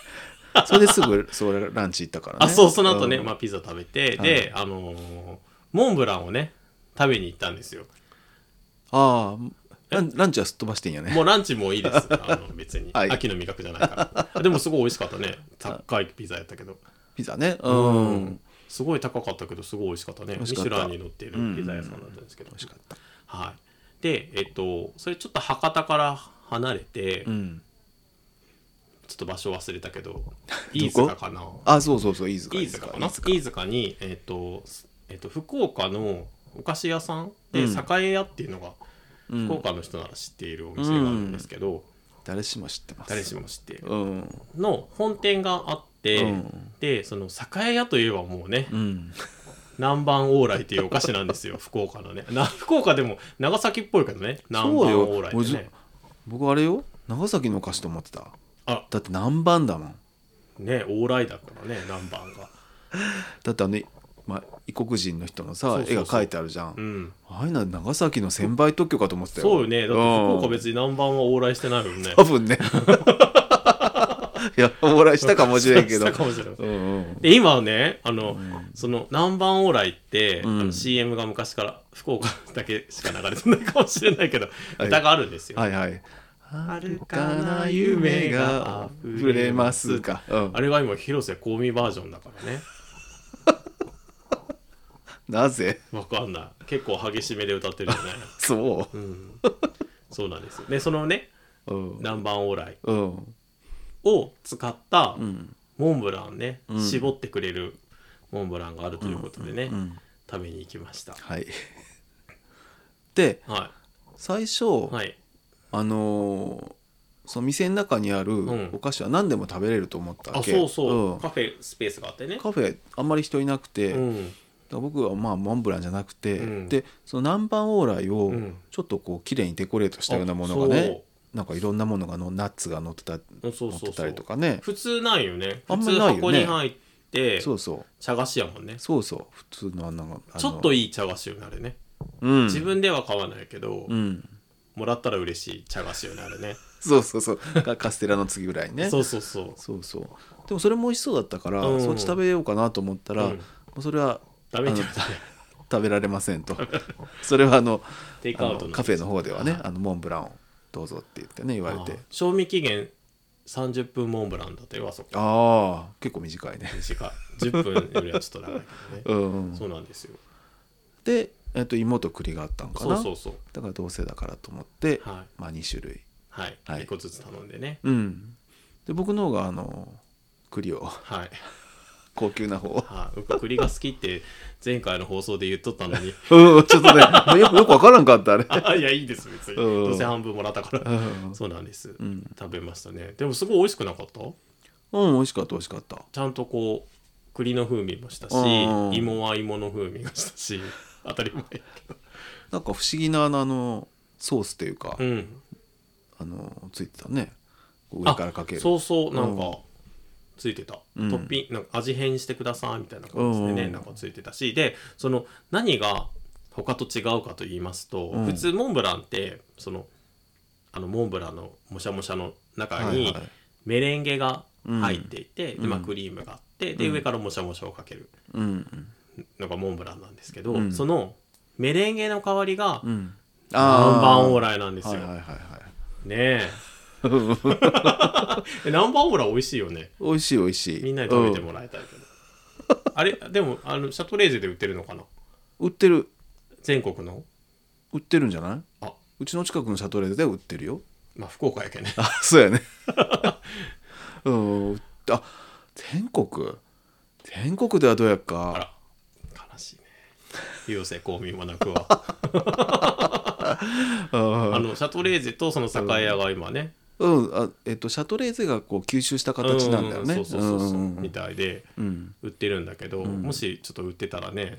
S1: それですぐそれランチ行ったからね
S2: あそうその後ね
S1: ん
S2: まあピザ食べて
S1: はい
S2: であのーモンブランをね食べに行ったんですよ
S1: ああランランチはすっ飛ばしていいんやね
S2: もうランチもいいですあの別に
S1: はい
S2: 秋の味覚じゃない からでもすごい美味しかったね高いピザやったけど
S1: ピザねうん、
S2: すごい高かったけどすごい美味しかった
S1: 美
S2: ねミ
S1: 味し
S2: シ
S1: かった
S2: ュランに載っているピザ屋さんだったんですけど
S1: 美味しかった
S2: はいでえっとそれちょっと博多から離れて
S1: うん
S2: ちょっと場所忘れた けど飯塚かな
S1: あそうそうそう飯塚
S2: 飯塚かな
S1: 飯塚
S2: 飯塚に、えっとすえっと福岡のお菓子屋さんで、
S1: うん
S2: 栄屋っていうのが、
S1: うん
S2: 福岡の人なら知っているお店があるんですけど、
S1: 誰しも知ってます
S2: 誰しも知っている
S1: うん
S2: の本店があって、
S1: うん
S2: でその栄屋といえばもうね、
S1: うん
S2: 南蛮往来っていうお菓子なんです よ福岡のねな福岡でも長崎っぽいけどね南
S1: そう
S2: 蛮
S1: よ
S2: 往来
S1: お
S2: って
S1: じ
S2: ね
S1: 僕あれよ長崎のお菓子と思ってた
S2: あ
S1: だって南蛮だもん
S2: ね往来だからね南蛮が
S1: だってあの、まあ、異国人の人のさ
S2: そうそうそう
S1: 絵が描いてあるじゃん、
S2: うん
S1: ああいうのは長崎の専売特許かと思ってたよ
S2: そうよねだって福岡
S1: に
S2: 別に南蛮は往来してないもんね
S1: 多分ねいやおもらいしたかもしれんけ ど
S2: したかもしれない
S1: うんうん
S2: で今はねあの、
S1: ん
S2: その南蛮往来って、
S1: うん
S2: あの CM が昔から福岡だけしか流れてないかもしれないけど、
S1: はい
S2: 歌があるんですよ、
S1: はいはい
S2: あるかな夢が
S1: 溢れますか、うん
S2: あれが今広瀬香美バージョンだからね
S1: なぜ
S2: わかんない結構激しめで歌ってるじゃない、
S1: そ
S2: うん、そうなんですよでそのね
S1: ううん
S2: 南蛮往来
S1: うん
S2: を使った
S1: うん
S2: モンブランね、
S1: うん
S2: 絞ってくれるモンブランがあるということでね、
S1: うん
S2: 食べに行きました
S1: はいで
S2: は
S1: 最初、
S2: いはい
S1: あのーその店の中にある
S2: ん
S1: お菓子は何でも食べれると思ったわ
S2: あ
S1: け、
S2: そうそう、
S1: ん
S2: カフェスペースがあってね
S1: カフェあんまり人いなくて、
S2: う
S1: だか
S2: ん
S1: ら僕はまあモンブランじゃなくて、
S2: うん
S1: でその南蛮往来を
S2: うん
S1: ちょっとこう綺麗にデコレートしたようなものが
S2: あ
S1: ね、なんかいろんなものがのナッツが乗ってた
S2: そうそう
S1: 乗っ
S2: そう
S1: て
S2: そ
S1: た
S2: う
S1: りとかね
S2: 普通ないよね
S1: あ
S2: 普
S1: んま
S2: 通
S1: りないよね
S2: 箱に入って
S1: そうそう
S2: 茶菓子やもんね
S1: そうそう普通のあんなのあの
S2: ちょっといい茶菓子よねあれね、
S1: うん、
S2: 自分では買わないけど、
S1: うん
S2: もらったら嬉しい茶菓子よねあれね
S1: そうそう そうがカステラの次ぐらいね
S2: そうそうそう
S1: そうそうでもそれも美味しそうだったから、
S2: うん
S1: そっち食べようかなと思ったら、
S2: うん
S1: もうそれは
S2: ダメじゃん
S1: あ食べられませんと それはあの
S2: テイク
S1: あ
S2: アウト
S1: の
S2: の
S1: カフェの方ではね
S2: あ
S1: あのモンブランをどうぞって言ってね言われて
S2: あ賞味期限30分モンブランだったよあそこ
S1: ああ結構短いね
S2: 短い10分よりはちょっと長いけど
S1: う
S2: ね、
S1: ん、うん
S2: そうなんですよ
S1: で、えっと芋と栗があったのか
S2: そ
S1: な
S2: うそうそう
S1: だからどうせだからと思って、
S2: はい
S1: まあ2種類
S2: はい、
S1: はい
S2: 1個ずつ頼んでね
S1: うんで僕の方があの栗を
S2: はい
S1: 高級な方 を
S2: はい、僕栗が好きって前回の放送で言っとったのに
S1: うんちょっとね もうよくよく分からんかったあれ
S2: あいやいいです別に
S1: うん
S2: どうせ半分もらったか
S1: う
S2: ら
S1: ん
S2: そうなんです、
S1: うん
S2: 食べましたねでもすごい美味しくなかった
S1: うん美味しかった美味しかった
S2: ちゃんとこう栗の風味もしたし
S1: うん
S2: 芋は芋の風味がし たし当たり前やけど
S1: なんか不思議なあのあのソースというか、
S2: うん
S1: あのついてたねこう上からかける
S2: そうそうなんか、
S1: うん
S2: ついてた、
S1: うん
S2: トッピングなんか味変してくださいみたいな感じでね、
S1: うん
S2: なんかついてたしでその何が他と違うかと言いますと、
S1: うん
S2: 普通モンブランってそのあのモンブランのもしゃもしゃの中
S1: はい
S2: に
S1: はい
S2: メレンゲが入っていて、
S1: ん
S2: でまあ、
S1: うん
S2: クリームがあって、で
S1: うん
S2: 上からもしゃもしゃをかける
S1: うん
S2: のがモンブランなんですけど、
S1: うん
S2: そのメレンゲの代わりが
S1: うん
S2: 南蛮オー
S1: ラ
S2: ライなんですよ。
S1: はいはいはいはい
S2: ねええ南蛮オーライ美味しいよね。
S1: 美味しい美味しい
S2: みんなに食べてもらいたいけど。あれでもあのシャトレーゼで売ってるのかな
S1: うん売ってる
S2: 全国の
S1: 売ってるんじゃない
S2: あ
S1: うちの近くのシャトレーゼで売ってるよ
S2: まあ福岡やけね。
S1: あそうや ねうんあ全国全国ではどうやっ
S2: あ
S1: から
S2: 悲しいね。広瀬香美もなくは。あ
S1: あ
S2: のシャトレーゼとその酒屋が今ね。
S1: うんあえっとシャトレーゼがこう吸収した形なんだよね
S2: うそうそうそうそうみ
S1: い
S2: たいで
S1: うん
S2: 売ってるんだけど、
S1: ん
S2: もしちょっと売ってたらね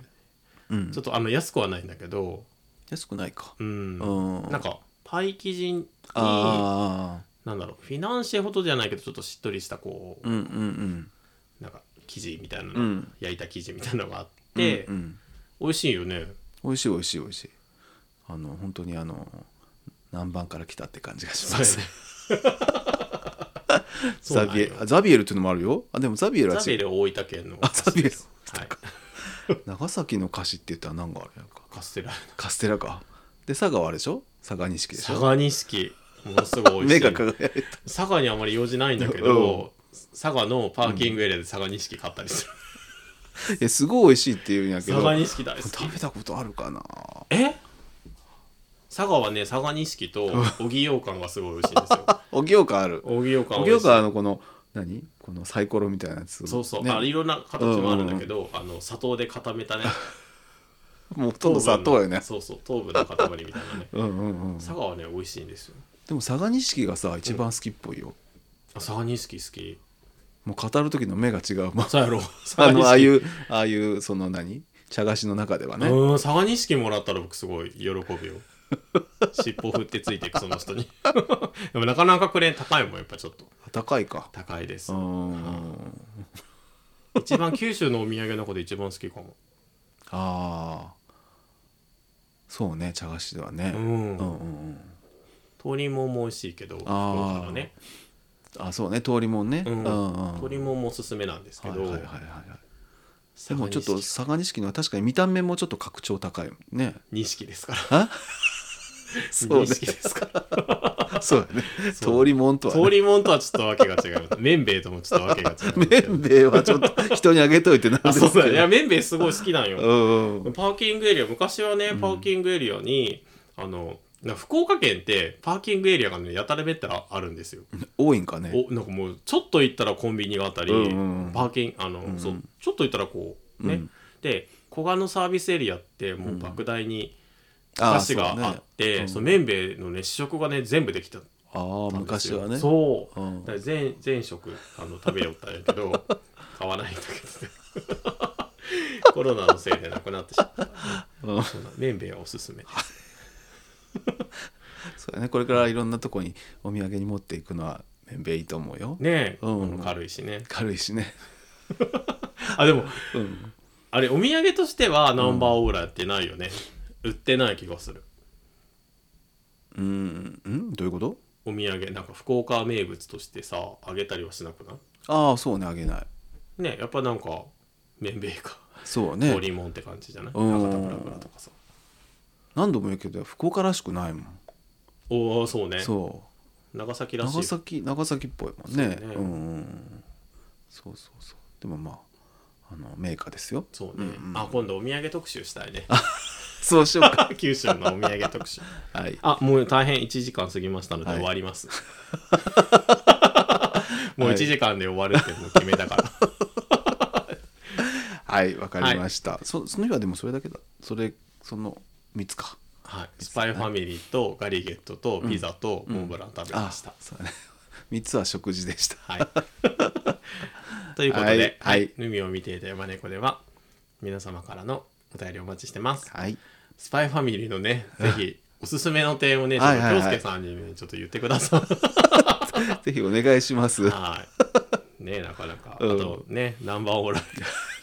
S1: うん
S2: ちょっとあの安くはないんだけど、
S1: 安くないか
S2: うん
S1: うん
S2: なんかパイ生地に
S1: ああ
S2: なんだろうフィナンシェほどじゃないけどちょっとしっとりしたこう、
S1: うんうん
S2: なんか生地みたいなの、
S1: うん
S2: 焼いた生地みたいなのがあっ
S1: うん
S2: て、
S1: うんうん
S2: 美味しいよね
S1: 美味しい美味しい美味しいあの本当にあの南蛮から来たって感じがします、
S2: そう
S1: ザ
S2: なん
S1: ビ
S2: よ
S1: エあザビエルっていうのもあるよあでもザビエルは
S2: ザビ
S1: 違
S2: エ
S1: う
S2: ル大分県の
S1: あザビエル
S2: はい
S1: 長崎の菓子って言ったら何があるやんか
S2: カステラ
S1: カステラかで佐賀はあれでしょ佐賀錦でし
S2: 佐
S1: ょ
S2: 賀錦ものすごい美
S1: 目
S2: 味し
S1: が
S2: い
S1: 輝いて
S2: 佐賀にあまり用事ないんだけど、佐賀のパーキングエリアで佐賀錦買ったりする、
S1: えすごい美味しいって言うんやけど
S2: 佐賀錦大好き
S1: 食べたことあるかな
S2: え佐賀はね佐賀錦と小木羊羹がすごい美味しいんです よ
S1: おぎょうかある
S2: 小木羊羹
S1: お
S2: は
S1: ぎ
S2: 美
S1: ょ
S2: 味
S1: う
S2: しい
S1: かあのこの何このサイコロみたいなやつ
S2: そうそう、
S1: ね
S2: あいろんな形もあるんだけど、あの砂糖で固め たね
S1: もうほとんど砂糖よね
S2: そうそう糖分の塊みたいなね
S1: うんうんうん
S2: 佐賀はね美味しいんですよ
S1: でも佐賀錦がさ一番好きっぽいよ、
S2: あ佐賀錦好き
S1: もう語る時の目が違う、まあ、
S2: そうやろ佐
S1: あのああいううああいうその何茶菓子の中ではね、
S2: うん佐賀錦もらったら僕すごい喜ぶよ尻尾振ってついていくその人に でもなかなかクレーン高いもんやっぱちょっと
S1: 高いか
S2: 高いです
S1: うーん
S2: 一番九州のお土産の中で一番好きかも
S1: あー そうね茶菓子ではね、
S2: うん
S1: うんうんうん
S2: 豆乳もんも美味しいけど福
S1: あー
S2: 岡のね
S1: あそうね通りもんね、
S2: うん
S1: うんうん
S2: 鳥ももおすすめなんですけ
S1: はい
S2: ど、
S1: はいはいはいはいでもちょっと佐賀錦のは確かに見た目もちょっと格調高いね
S2: 錦ですから
S1: あそうね
S2: 錦ですから
S1: そうだね
S2: そう
S1: 通りもんとは、
S2: 通
S1: ね、
S2: りもんとはちょっとわけが違 う麺兵衛ともちょっとわけが違う
S1: 麺べいはちょっと人にあげといてなんで
S2: あ
S1: す
S2: そう
S1: け
S2: だ
S1: ど
S2: ねいや麺兵衛すごい好きなんよ
S1: うんうん
S2: パーキングエリア昔はねパーキングエリアに、あのな福岡県ってパーキングエリアがねやたらめったらあるんですよ、
S1: 多いんかね
S2: おなんかもうちょっと行ったらコンビニがあったり、
S1: うんうんうん
S2: パーキングあの、
S1: んうん
S2: そうちょっと行ったらこうね、
S1: うん
S2: で古賀のサービスエリアってもう莫大に
S1: あ
S2: 菓子があって、
S1: うん
S2: その麺兵衛のね試食がね全部できたんです
S1: あー
S2: よ
S1: 昔はね
S2: そう、
S1: うん
S2: だから全全食あの食べよったんやけ ど買わないんだけどねコロナのせいでなくなってしまった
S1: うん
S2: そうだ麺兵衛はおすすめです
S1: そうだねこれからいろんなとこにお土産に持っていくのは麺べいいいと思うよ、
S2: ねえ、
S1: うん
S2: あの軽いしね
S1: 軽いしね、
S2: あでも
S1: うん、
S2: あれお土産としてはナンバーオーラやってないよね、売ってない気がする
S1: うんんどういうこと
S2: お土産なんか福岡名物としてさあげたりはしなくな
S1: ああそうねあげない
S2: いねやっぱなんか麺米か
S1: そうね
S2: 鶏もんって感じじゃない
S1: うん
S2: 博多ブラブラとかさ
S1: 何度も言うけど福岡らしくないもん
S2: おおそうね
S1: そう
S2: 長崎らしい
S1: 長崎長崎っぽいもんね
S2: そううね
S1: んうんうんそうそうそうでもまああのメーカーですよ
S2: そうね、
S1: うんうん
S2: あ今度お土産特集したいね
S1: そうしようか
S2: 九州のお土産特集
S1: はい
S2: あもう大変1時間過ぎましたので
S1: はい
S2: 終わり ます、もう1時間で終わるってもう決めた から
S1: はいわかりました、そその日はでもそれだけだそれその3つか
S2: はい、スパイファミリーとガリゲットとピザとモンブラン食べました。
S1: そうだね3 つは食事でした
S2: はい、 ということで、
S1: はいはい
S2: 海を見ていた山猫では皆様からのお便りお待ちしてます。
S1: はい
S2: スパイファミリーのね、ぜひおすすめの点をね、ちょ
S1: は
S2: っ
S1: い
S2: と
S1: はいはい
S2: 京介さんにねちょっと言ってくださ
S1: ぜひお願いします
S2: い。
S1: ナン
S2: はい。ね、なかなか、
S1: うん
S2: あとね、ナンバーオーライ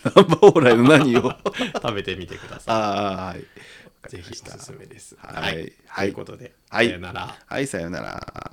S1: バーオーライの何を
S2: 食べてみてくださ
S1: ああはい
S2: い。ぜひおすすめです。
S1: はい
S2: と
S1: はいいう
S2: ことで、
S1: はい
S2: さよなら。
S1: はいさようなら